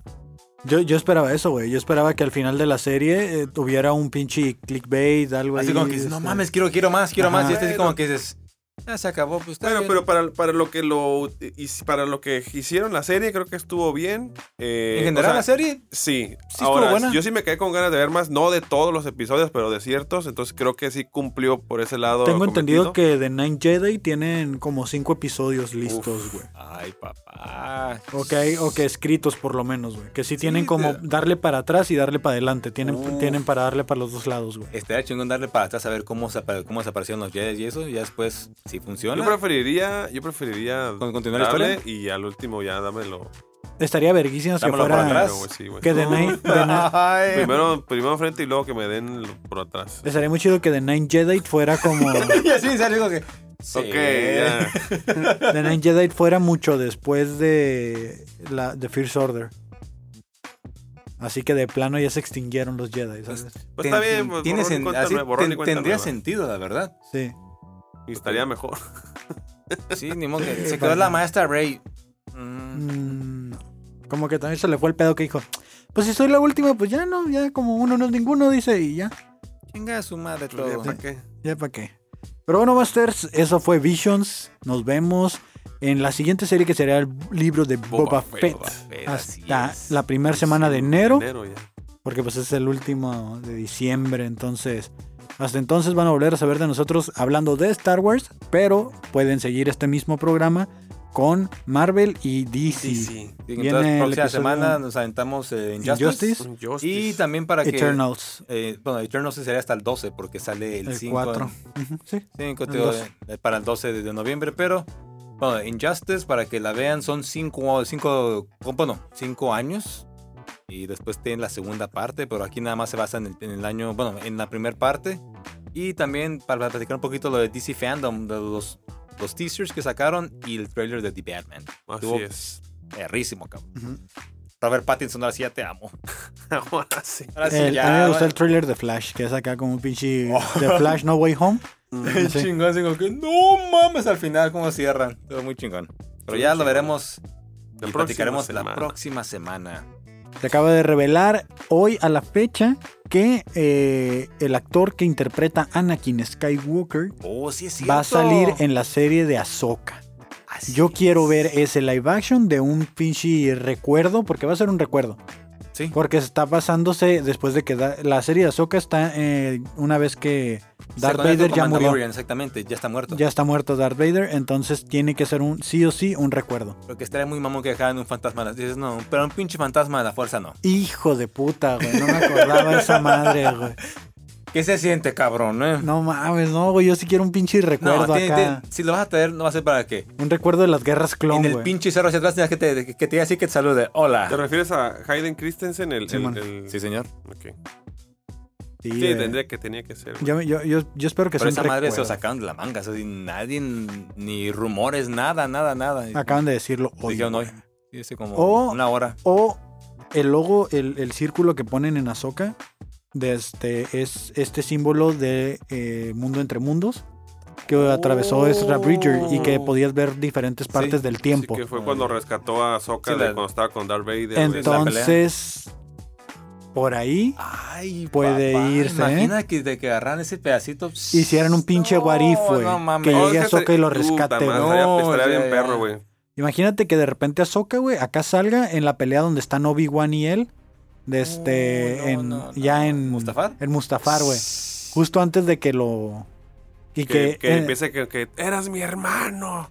Speaker 2: Yo, yo esperaba eso, güey. Yo esperaba que al final de la serie eh, tuviera un pinche clickbait, algo
Speaker 3: así
Speaker 2: ahí,
Speaker 3: como que dices, no
Speaker 2: este,
Speaker 3: mames, quiero, quiero más, quiero
Speaker 2: Ajá.
Speaker 3: más. Y este así
Speaker 1: Bueno.
Speaker 3: como que dices, ya se acabó, pues está
Speaker 1: Bueno,
Speaker 3: bien.
Speaker 1: pero para, para lo que lo y- para lo que hicieron la serie, creo que estuvo bien. Eh,
Speaker 3: en
Speaker 1: o
Speaker 3: general
Speaker 1: sea,
Speaker 3: la serie,
Speaker 1: Sí,
Speaker 3: estuvo
Speaker 1: ahora
Speaker 3: buena.
Speaker 1: yo sí me quedé con ganas de ver más, no de todos los episodios, pero de ciertos, entonces creo que sí cumplió por ese lado.
Speaker 2: Tengo entendido
Speaker 1: cometido.
Speaker 2: que de Nine Jedi tienen como cinco episodios listos, güey.
Speaker 3: ay papá.
Speaker 2: O que, hay- o que escritos por lo menos, güey. Que sí tienen
Speaker 3: Sí,
Speaker 2: como
Speaker 3: te-
Speaker 2: darle para atrás y darle para adelante. Tienen,
Speaker 3: Uf.
Speaker 2: tienen para darle para los dos lados, güey.
Speaker 3: Estaría chingón darle para atrás a ver cómo, se, apare- cómo desaparecieron los Jedi y eso. Y ya después, si funciona.
Speaker 1: Yo preferiría, yo preferiría
Speaker 3: ¿Con- continuar la
Speaker 1: darle y al último ya dámelo.
Speaker 2: Estaría verguísima si
Speaker 3: Dámelo para
Speaker 2: fuera
Speaker 3: atrás.
Speaker 1: Primero, güey, sí, güey.
Speaker 2: que
Speaker 3: [LAUGHS]
Speaker 2: de Nine, de Nine-
Speaker 3: Ay.
Speaker 1: Primero, primero frente y luego que me den lo- por atrás.
Speaker 2: Estaría muy chido que de Nine Jedi
Speaker 3: [LAUGHS]
Speaker 2: fuera como
Speaker 3: [LAUGHS] y así salió como que. sí.
Speaker 1: Ok, ya.
Speaker 2: The Nine Jedi fuera mucho después de la de First Order. Así que de plano ya se extinguieron los Jedi, ¿sabes?
Speaker 1: Pues está
Speaker 3: Ten-
Speaker 1: bien, pues,
Speaker 3: tiene
Speaker 1: borrón y
Speaker 3: sen-
Speaker 1: cuenta
Speaker 3: así
Speaker 1: nueva, borrón y
Speaker 3: ten-
Speaker 1: cuenta
Speaker 3: tendría
Speaker 1: nueva.
Speaker 3: sentido, la verdad.
Speaker 2: Sí.
Speaker 1: Y estaría
Speaker 3: [LAUGHS]
Speaker 1: mejor.
Speaker 3: Sí, ni modo [LAUGHS] que se quedó la maestra Rey. Mm,
Speaker 2: Mm, como que también se le fue el pedo que dijo, pues si soy la última, pues ya no, ya como uno no es ninguno, dice, y ya,
Speaker 3: chinga a su madre todo.
Speaker 1: ¿Para qué?
Speaker 2: ya para qué. Pero bueno, Masters, eso fue Visions. Nos vemos en la siguente serie que será el libro de Boba,
Speaker 1: Boba
Speaker 2: Fett.
Speaker 1: Fett.
Speaker 3: Fed, así
Speaker 2: Hasta
Speaker 3: es.
Speaker 2: la primera semana de enero.
Speaker 1: Enero ya.
Speaker 2: porque pues es el último de diciembre, entonces hasta entonces van a volver a saber de nosotros hablando de Star Wars, pero pueden seguir este mismo programa con Marvel y
Speaker 1: Sí,
Speaker 2: DC.
Speaker 1: sí.
Speaker 3: Sí,
Speaker 2: Viene
Speaker 3: entonces,
Speaker 2: el
Speaker 3: próxima
Speaker 2: episodio-
Speaker 3: semana nos aventamos eh, en Justice.
Speaker 2: Injustice.
Speaker 1: Injustice.
Speaker 3: Y también para que.
Speaker 2: Eternals,
Speaker 3: eh, bueno, Eternals sería hasta el 12 porque sale el,
Speaker 2: el
Speaker 3: 5 en-
Speaker 2: 4. Ujú, sí.
Speaker 3: Cinco,
Speaker 2: El
Speaker 3: te digo,
Speaker 2: 12.
Speaker 3: eh, para el 12 de de noviembre, pero bueno, Injustice, para que la vean, son 5 cinco, bueno, cinco años. Y después tienen la segunda parte, pero aquí nada más se basa en el, en el año, bueno, en la primera parte. Y también para platicar un poquito lo de DC Fandom, de los, los teasers que sacaron y el trailer de The Batman.
Speaker 1: Así
Speaker 3: Estuvo
Speaker 1: es. [LAUGHS]
Speaker 3: perrísimo, cabrón.
Speaker 2: Ujú.
Speaker 3: Robert Pattinson, ahora sí ya te amo.
Speaker 1: Ahora
Speaker 3: [LAUGHS]
Speaker 1: sí.
Speaker 3: Ahora sí
Speaker 2: El-
Speaker 3: ya, Oh.
Speaker 2: a mí me gustó
Speaker 3: bueno.
Speaker 2: el trailer de Flash, que es acá como un pinche de Flash No Way Home.
Speaker 3: El
Speaker 2: Sí.
Speaker 3: [LAUGHS] chingón, así como que no mames al final, cómo cierran. Todo muy chingón. Pero
Speaker 1: Sí,
Speaker 3: ya lo
Speaker 1: chingón.
Speaker 3: veremos
Speaker 1: La
Speaker 3: y
Speaker 1: próxima
Speaker 3: platicaremos la
Speaker 1: semana.
Speaker 3: próxima semana.
Speaker 2: Se acaba de revelar hoy a la fecha que eh, el actor que interpreta a Anakin Skywalker
Speaker 3: Oh, sí es
Speaker 2: va a salir en la serie de Ahsoka. Yo quiero ver ese live action de un pinche recuerdo, porque va a ser un recuerdo.
Speaker 3: Sí.
Speaker 2: Porque está pasándose después de que da- la serie de Ahsoca está eh, una vez que Darth Vader ya murió.
Speaker 3: Exactamente, ya está muerto.
Speaker 2: Ya está muerto Darth Vader, entonces tiene que ser un sí o sí un recuerdo.
Speaker 3: Porque estaría muy mamón que dejaran un fantasma. de las- Dices, no, pero un pinche fantasma de la fuerza no.
Speaker 2: Hijo de puta, güey. No me acordaba de esa madre, güey.
Speaker 3: ¿Qué se siente, cabrón? eh?
Speaker 2: No mames, no, güey. Yo sí quiero un pinche recuerdo
Speaker 3: tiene-
Speaker 2: acá.
Speaker 3: tiene- si lo vas a traer, no va a ser para que
Speaker 2: Un recuerdo de las guerras clon,
Speaker 3: en el
Speaker 2: güey.
Speaker 3: pinche cerro hacia atrás tengas que te, que te diga así que te salude.
Speaker 1: ¿Te
Speaker 3: Hola.
Speaker 1: refieres a Hayden Christensen? El,
Speaker 2: Ah. Simón. eh,
Speaker 1: el, el-
Speaker 3: Sí, señor.
Speaker 1: ok. Sí,
Speaker 2: Sí, güey.
Speaker 1: tendría que, tenía que ser. güey.
Speaker 2: yo, yo, yo, yo espero que
Speaker 3: Pero
Speaker 2: sea
Speaker 3: esa
Speaker 2: un
Speaker 3: madre se lo
Speaker 2: recuerdo.
Speaker 3: sacaron de la manga. o sea, y nadie, ni rumores, nada, nada, nada.
Speaker 2: Acaban de decirlo hoy.
Speaker 3: Dijeron
Speaker 2: güey.
Speaker 3: hoy. Sí, hace como
Speaker 2: O-
Speaker 3: una hora.
Speaker 2: O el logo, el, el círculo que ponen en Azoka, este, es este símbolo de eh, Mundo entre Mundos que
Speaker 3: Oh.
Speaker 2: atravesó Ezra Bridger y que podías ver diferentes partes del
Speaker 1: Así
Speaker 2: tiempo.
Speaker 1: que fue cuando rescató a Ahsoka
Speaker 3: Sí,
Speaker 1: de
Speaker 3: la-
Speaker 1: cuando estaba con Darth Vader. güey.
Speaker 2: Entonces, por ahí
Speaker 3: Ay,
Speaker 2: Puede irse, ¿eh?
Speaker 3: Imagina que de que agarran ese pedacito.
Speaker 2: hicieran un pinche
Speaker 3: No,
Speaker 2: what if, güey,
Speaker 3: No mames.
Speaker 2: que
Speaker 1: No, es
Speaker 2: llegue Ahsoka
Speaker 1: estaría-
Speaker 2: y lo
Speaker 1: Oh, Puta
Speaker 2: rescate,
Speaker 1: madre,
Speaker 2: güey.
Speaker 1: estaría-
Speaker 3: No,
Speaker 1: Estaría
Speaker 3: o sea,
Speaker 1: bien perro,
Speaker 3: ya.
Speaker 1: güey.
Speaker 2: imagínate que de repente Azoka, güey, acá salga en la pelea donde están Obi-Wan y él, de este,
Speaker 3: Uh, No, no,
Speaker 2: en,
Speaker 3: no, no.
Speaker 2: ya en
Speaker 3: ¿Mustafar?
Speaker 2: en Mustafar, güey, justo antes de que lo y
Speaker 1: Que,
Speaker 2: que,
Speaker 1: que
Speaker 2: eh,
Speaker 1: empiece que, que eras mi hermano.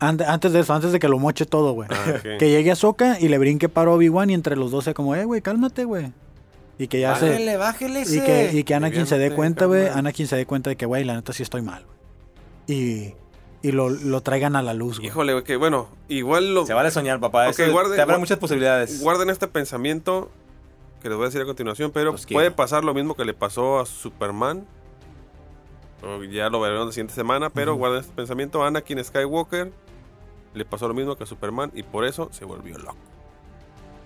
Speaker 2: Ante- antes de eso, antes de [LAUGHS] que lo moche todo, güey.
Speaker 1: Ah, ok.
Speaker 2: Que llegue a Soca y le brinque para Obi-Wan y entre los dos sea como, eh, güey, cálmate, güey. Y que ya se.
Speaker 3: Bájele, bájele
Speaker 2: Y
Speaker 3: ese.
Speaker 2: que, y que Anakin se dé
Speaker 1: Aliviánate,
Speaker 2: cuenta, güey.
Speaker 1: carnal.
Speaker 2: Anakin se dé cuenta de que, güey, la neta sí estoy mal. Y, y lo, lo traigan a la luz, güey.
Speaker 1: Híjole, güey, que bueno, igual lo,
Speaker 3: Se vale soñar, papá.
Speaker 1: Ok,
Speaker 3: Eso
Speaker 1: guarde-
Speaker 3: te habrá
Speaker 1: guar-
Speaker 3: muchas
Speaker 2: Pues,
Speaker 3: posibilidades.
Speaker 1: guarden este pensamiento que les voy a decir a continuación, pero
Speaker 3: Los
Speaker 1: puede
Speaker 3: quiero.
Speaker 1: pasar lo mismo que le pasó a Superman. O ya lo veremos la siguiente semana, pero
Speaker 2: Ujú.
Speaker 1: guarden este pensamiento. A Anakin Skywalker le pasó lo mismo que a Superman y por eso se volvió loco.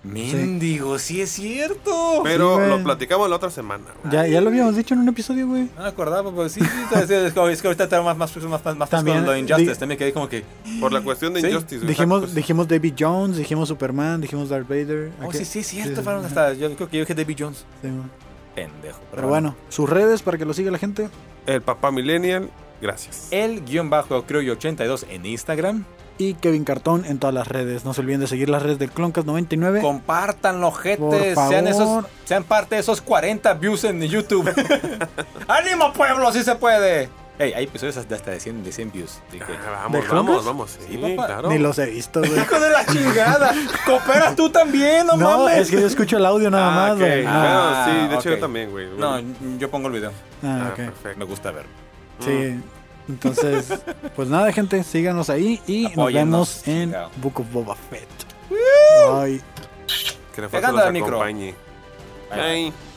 Speaker 3: Mendigo, sí es cierto.
Speaker 1: Pero
Speaker 2: güey.
Speaker 1: lo platicamos la otra semana. güey.
Speaker 2: Ya, ya lo habíamos dicho en un episodio, güey.
Speaker 3: No me acordaba, pues sí, sí, es que- es que ahorita está más, más, más, más, más
Speaker 2: También,
Speaker 3: con lo de Injustice,
Speaker 2: di-
Speaker 3: también quedé como que,
Speaker 1: Por la cuestión de
Speaker 3: Sí,
Speaker 1: Injustice. Pues, güey,
Speaker 2: Dijimos,
Speaker 1: exacto, sí.
Speaker 2: dijimos David Jones, dijimos Superman, dijimos Darth Vader.
Speaker 3: pues. oh,
Speaker 2: Aquí-
Speaker 3: sí, sí, es
Speaker 2: sí,
Speaker 3: cierto,
Speaker 2: sí,
Speaker 3: fueron
Speaker 2: sí.
Speaker 3: hasta, yo creo que yo dije David Jones.
Speaker 2: sí, güey.
Speaker 3: Pendejo.
Speaker 2: Pero bueno, sus redes para que lo siga la gente.
Speaker 1: El papá millennial, gracias.
Speaker 2: Eh,
Speaker 3: El guión bajo, creo yo, 82 en Instagram.
Speaker 2: Y Kevin Cartón en todas las redes. No se olviden de seguir las redes del Cloncast99.
Speaker 3: Compartanlo, gente.
Speaker 2: Por
Speaker 3: Sean, esos,
Speaker 2: favor.
Speaker 3: sean parte de esos 40 views en
Speaker 2: [LAUGHS]
Speaker 3: YouTube. ¡Ánimo, pueblo! ¡Sí se puede! Hey, hay episodios hasta hasta de 100, de 100 views. Así
Speaker 2: [LAUGHS]
Speaker 3: que,
Speaker 1: Ah, vamos, vamos,
Speaker 2: ¿De Cloncast?
Speaker 1: vamos. Sí,
Speaker 3: Sí, papá.
Speaker 1: claro.
Speaker 2: Ni los he
Speaker 3: [LAUGHS]
Speaker 2: visto, güey.
Speaker 3: ¡Hijo de la chingada! ¡Coopera tú también, no,
Speaker 2: no,
Speaker 3: mames!
Speaker 2: es que yo escucho el audio nada
Speaker 1: Ah,
Speaker 2: más,
Speaker 1: ok.
Speaker 2: güey. Ah,
Speaker 1: Ah, sí, de hecho
Speaker 3: ok.
Speaker 1: yo también, güey.
Speaker 3: No, yo pongo el video.
Speaker 2: ah,
Speaker 1: Ah,
Speaker 2: ok.
Speaker 3: Me
Speaker 1: perfecto.
Speaker 3: gusta verlo.
Speaker 2: Sí. Entonces,
Speaker 1: [LAUGHS]
Speaker 2: pues nada, gente, síganos ahí y
Speaker 3: Apóyennos,
Speaker 2: nos vemos en
Speaker 3: chingado.
Speaker 2: Book of Boba Fett. Bye.
Speaker 1: Que la fuerza
Speaker 3: Pegando
Speaker 1: los
Speaker 3: al micro.
Speaker 1: acompañe.
Speaker 3: Ahí va.
Speaker 1: Ay.